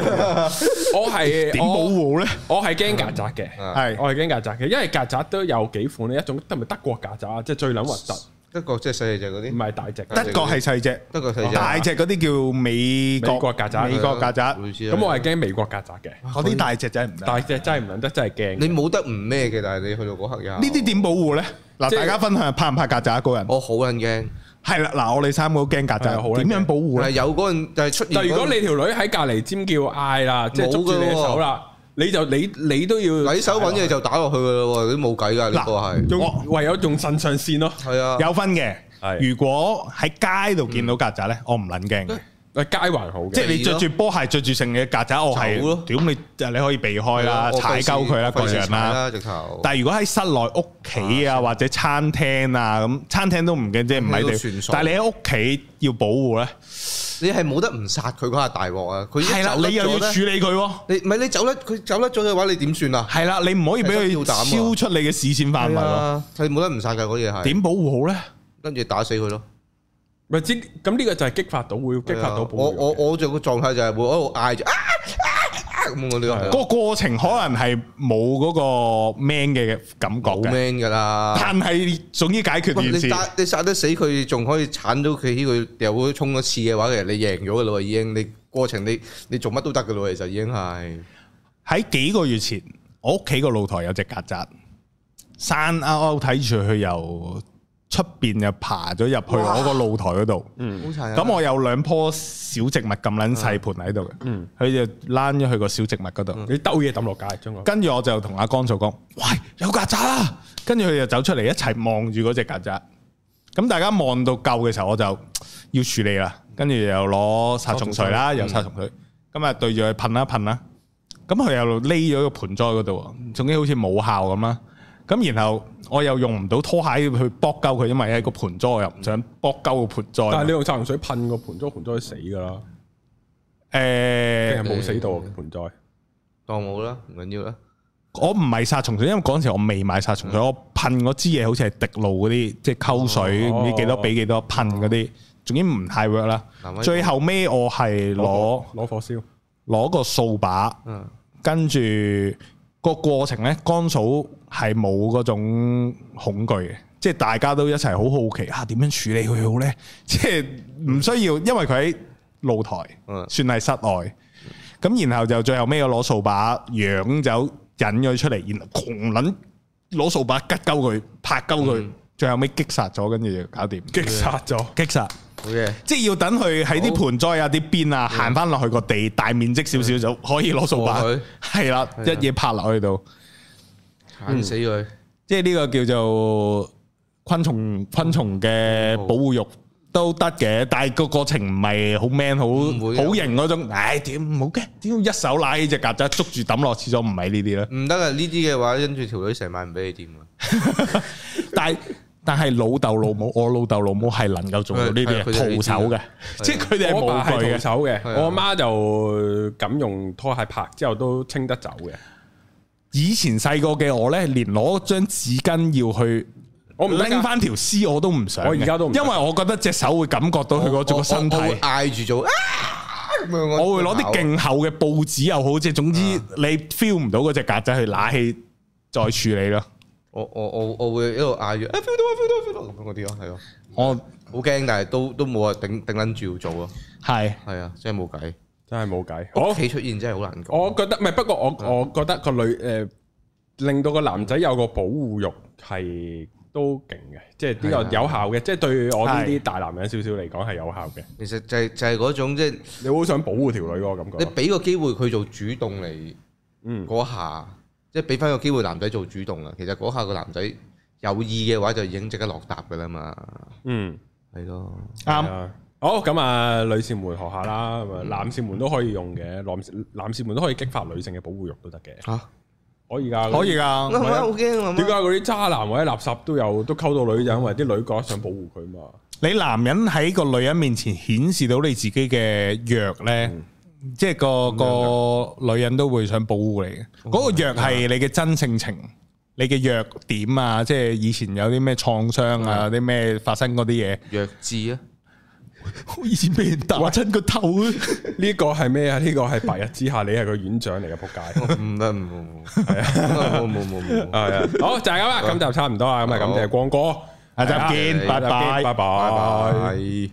S1: 我係
S3: 點保護呢？
S1: 我我係驚曱甴嘅。
S2: 啊
S3: 係
S1: 我係驚曱甴嘅，因為曱甴都有幾款咧，一種得咪德國曱甴啊，即係最撚核突，
S2: 德國即係細隻嗰
S1: 唔
S2: 啲，
S1: 係大隻。
S3: 德國係細只，
S2: 德國細隻
S3: 哦大隻嗰啲叫美國
S1: 美國曱甴
S3: 美國曱甴
S2: 類似啊
S1: 咁我係驚美國曱甴嘅，
S3: 嗰啲大隻仔唔得。
S1: 大隻真係唔撚得，真係驚。
S2: 你冇得唔咩嘅，但係你去到嗰刻有
S3: 呢啲點保護咧？嗱，
S1: 即係
S3: 大家分享怕唔怕曱甴一個人？
S2: 我好撚驚，
S3: 係啦，嗱，我哋三個都驚曱
S1: 係啊好
S3: 甴，
S1: 撚
S3: 點樣保護
S2: 但係
S3: 咧？
S2: 有嗰陣就係出現嗰
S1: 但
S2: 陣。
S1: 如果你條女喺隔離尖叫嗌啦，即係捉住你嘅手啦，你就你你都要
S2: 你手揾嘢就打落去噶啦喎，都冇計㗎呢個係，
S1: 用
S3: 我
S1: 唯有用腎上腺咯。
S2: 係啊，
S3: 有分嘅
S1: 係。
S3: 如果喺街度見到曱甴咧，我唔撚驚嘅。
S1: 誒街還好嘅，
S3: 即
S1: 即
S3: 係你着住波鞋、着住成嘅曱甴，我哦
S2: 走咯
S3: 係屌你，你可以避開啦，
S2: 我費
S3: 踩
S2: 事
S3: 鳩佢啦，
S2: 費
S3: 各
S2: 事
S3: 樣
S2: 踩
S3: 啦。
S2: 啦，直頭。
S3: 但係如果喺室內屋企啊，或者餐廳啊咁，餐廳都唔驚啫，唔喺
S2: 都算
S3: 地。
S2: 數
S3: 但係你喺屋企要保護咧，
S2: 你係冇得唔殺佢嗰下大鑊啊！佢一
S3: 係啦，
S2: 走甩
S3: 你又要
S2: 咗呢
S3: 處理佢喎。
S2: 你唔係你走甩佢走甩咗嘅話，你點算啊？
S3: 係啦，你唔可以俾
S2: 係
S3: 佢
S2: 心跳膽
S3: 超
S2: 喎
S3: 出你嘅視線範圍
S2: 係
S3: 咯。
S2: 啊，係冇得唔殺㗎嗰嘢係。
S3: 點保護好咧？
S2: 跟住打死佢咯。
S1: 咪知咁呢個就係激發到會激發到
S2: 係啊
S1: 保
S2: 我
S1: 護欲
S2: 我我就個狀態就係會喺度嗌住啊啊啊咁我呢個係
S3: 嗰個過程可能係冇嗰個 man 嘅感覺
S2: 好
S3: 嘅，
S2: man 㗎啦。
S3: 但係總之解決
S2: 喂
S3: 件
S2: 你
S3: 事。
S2: 殺你殺得死佢，仲可以鏟到佢呢個又會衝一次嘅話，其實你贏咗㗎啦喎已經。你過程你你做乜都得㗎啦喎，其實已經係。
S3: 喺幾個月前，我屋企個露台有隻曱甴，生勾勾睇住佢由出邊就爬咗入去
S2: 哇
S3: 我個露台嗰度。
S2: 好殘忍啊
S3: 咁我有兩棵小植物咁撚細盤喺度嘅，佢就躝咗去個小植物嗰度。
S1: 你兜嘢抌落街，將個
S3: 跟住我就同阿江嫂講：，喂，有曱甴啊啦！跟住佢就走出嚟一齊望住嗰只曱甴。咁大家望到夠嘅時候，我就嘖要處理啦。跟住又攞殺蟲水啦，又殺蟲水。咁啊對住佢噴啦噴啦。咁佢又匿咗個盆栽嗰度喎，總之好似冇效咁啦。咁然後我又用唔到拖鞋去剝鳩佢，因為喺個盆栽我又唔想剝鳩個盆栽。
S1: 但係你用殺蟲水噴個盆栽，盆栽死㗎啦，即係
S3: 誒，
S1: 冇死到個盆栽。
S2: 當冇啦，唔緊要啦。
S3: 我唔係殺蟲水，因為嗰陣時我未買殺蟲水，我噴嗰支嘢好似係滴露嗰啲，即係溝水，
S1: 哦
S3: 唔知幾多俾幾多噴嗰啲，總之唔太 work 啦
S2: 南威。
S3: 最後尾我係攞
S1: 攞火燒，
S3: 攞個掃把，
S2: 嗯，
S3: 跟住個過程呢，江嫂係冇嗰種恐懼嘅，即係大家都一齊好好奇啊，點樣處理佢好呢？ <laughs> 即係唔需要，因為佢喺露台，
S2: 嗯
S3: 算係室外。咁然後就最後尾我攞掃把養走引咗佢出嚟，然後狂撚攞掃把吉鳩佢，拍鳩佢，最後尾擊殺咗，跟住就搞掂。
S1: 嗯擊殺咗。
S3: 擊殺。
S2: 好嘅。
S3: 即係要等佢喺啲盆栽啊、啲邊啊，行翻落去個地大面積少少就可以攞掃把
S2: 過佢，
S3: 係啦，一嘢拍落去度。
S2: 鏟死佢，
S3: 即係呢個叫做昆蟲昆蟲嘅保護欲都得嘅，但係個過程唔係好 man 好
S2: 會
S3: 好型嗰種。唉，點唔好嘅，點一手拉起只曱甴捉住抌落廁所，唔係呢啲啦。
S2: 唔得啊！呢啲嘅話，跟住條女成晚唔俾你掂啊！
S3: 但係但係老豆老母，我老豆老母係能夠做到呢啲
S2: 係佢
S3: 嘅
S2: 哋呢啲
S3: 徒手嘅，即係佢哋係
S1: 我
S3: 冇
S1: 阿爸
S3: 懼
S1: 係徒
S3: 嘅。
S1: 手嘅，
S2: 係啊
S1: 我阿媽就咁用拖鞋拍之後都清得走嘅。
S3: 以前細個嘅我咧，連攞張紙巾要去。
S1: 我唔得㗎
S3: 拎翻條絲我都唔想嘅，
S1: 我而家都唔
S3: 因為我覺得隻手會感覺到佢嗰種個身體
S2: 我，我我會嗌住做啊！咁樣
S3: 我
S1: 啊
S3: 會攞啲勁厚嘅報紙又好，即係總之你 feel 唔到嗰只曱甴去揦氣再處理咯。
S2: 我我我我會一路嗌住啊 feel 到啊 feel 到啊 feel 到咁樣嗰啲咯，係咯，
S3: 我
S2: 好驚，但係都都冇啊，頂頂撚住要做啊，
S3: 係
S2: 係啊，真係冇計。
S1: 真係冇計。
S2: 屋
S1: 我
S2: 企出現真係好難講。
S1: 我覺得唔係，不過我我覺得個女誒、令到個男仔有個保護欲係都勁嘅，即係呢個
S2: 係啊
S1: 有效嘅，即係對我呢啲
S3: 係
S1: 大男人少少嚟講係有效嘅。
S2: 其實就係就係嗰種即係
S1: 你好想保護條女嗰個感
S2: 你
S1: 覺。
S2: 俾個機會佢做主動嚟
S1: 嗯，
S2: 嗰下，即係俾翻個機會男仔做主動啦。其實嗰下個男仔有意嘅話，就已經即刻落答噶啦嘛，
S1: 嗯，
S2: 係咯。
S1: 係
S3: 啱，
S1: 啊。好咁啊，女士們學下啦，咁啊，男士們都可以用嘅，男士男士們都可以激發女性嘅保護欲都得嘅，
S3: 啊
S2: 嚇，
S1: 可以㗎，
S3: 可以
S2: 我
S3: 噶。
S2: 媽好驚啊！
S1: 點解嗰啲渣男或者垃圾都有都溝到女人，因為啲女覺得想保護佢嘛？
S3: 你男人喺個女人面前顯示到你自己嘅弱咧，即係個個女人都會想保護你嘅。嗰個弱係你嘅真性情，你嘅弱點啊，即係以前有啲咩創傷啊，有啲咩發生嗰啲 <laughs> 嘢。
S2: 弱智啊！
S3: 我以前俾人打親個頭， <laughs>
S1: 呢個係咩啊？呢個係白日之下，你係個院長嚟嘅，仆街。
S2: 唔嗯得，唔唔唔，
S3: <laughs>
S2: 係啊，冇冇冇冇
S3: 哦
S1: 係
S2: 冇，
S1: 啊，好就係咁啊啦，咁就差唔多啦，咁啊，感謝光哥，
S3: 下集
S1: 係啊
S3: 見，
S1: 下集見
S3: 拜拜
S1: 拜
S2: 拜
S1: 拜。
S2: 拜。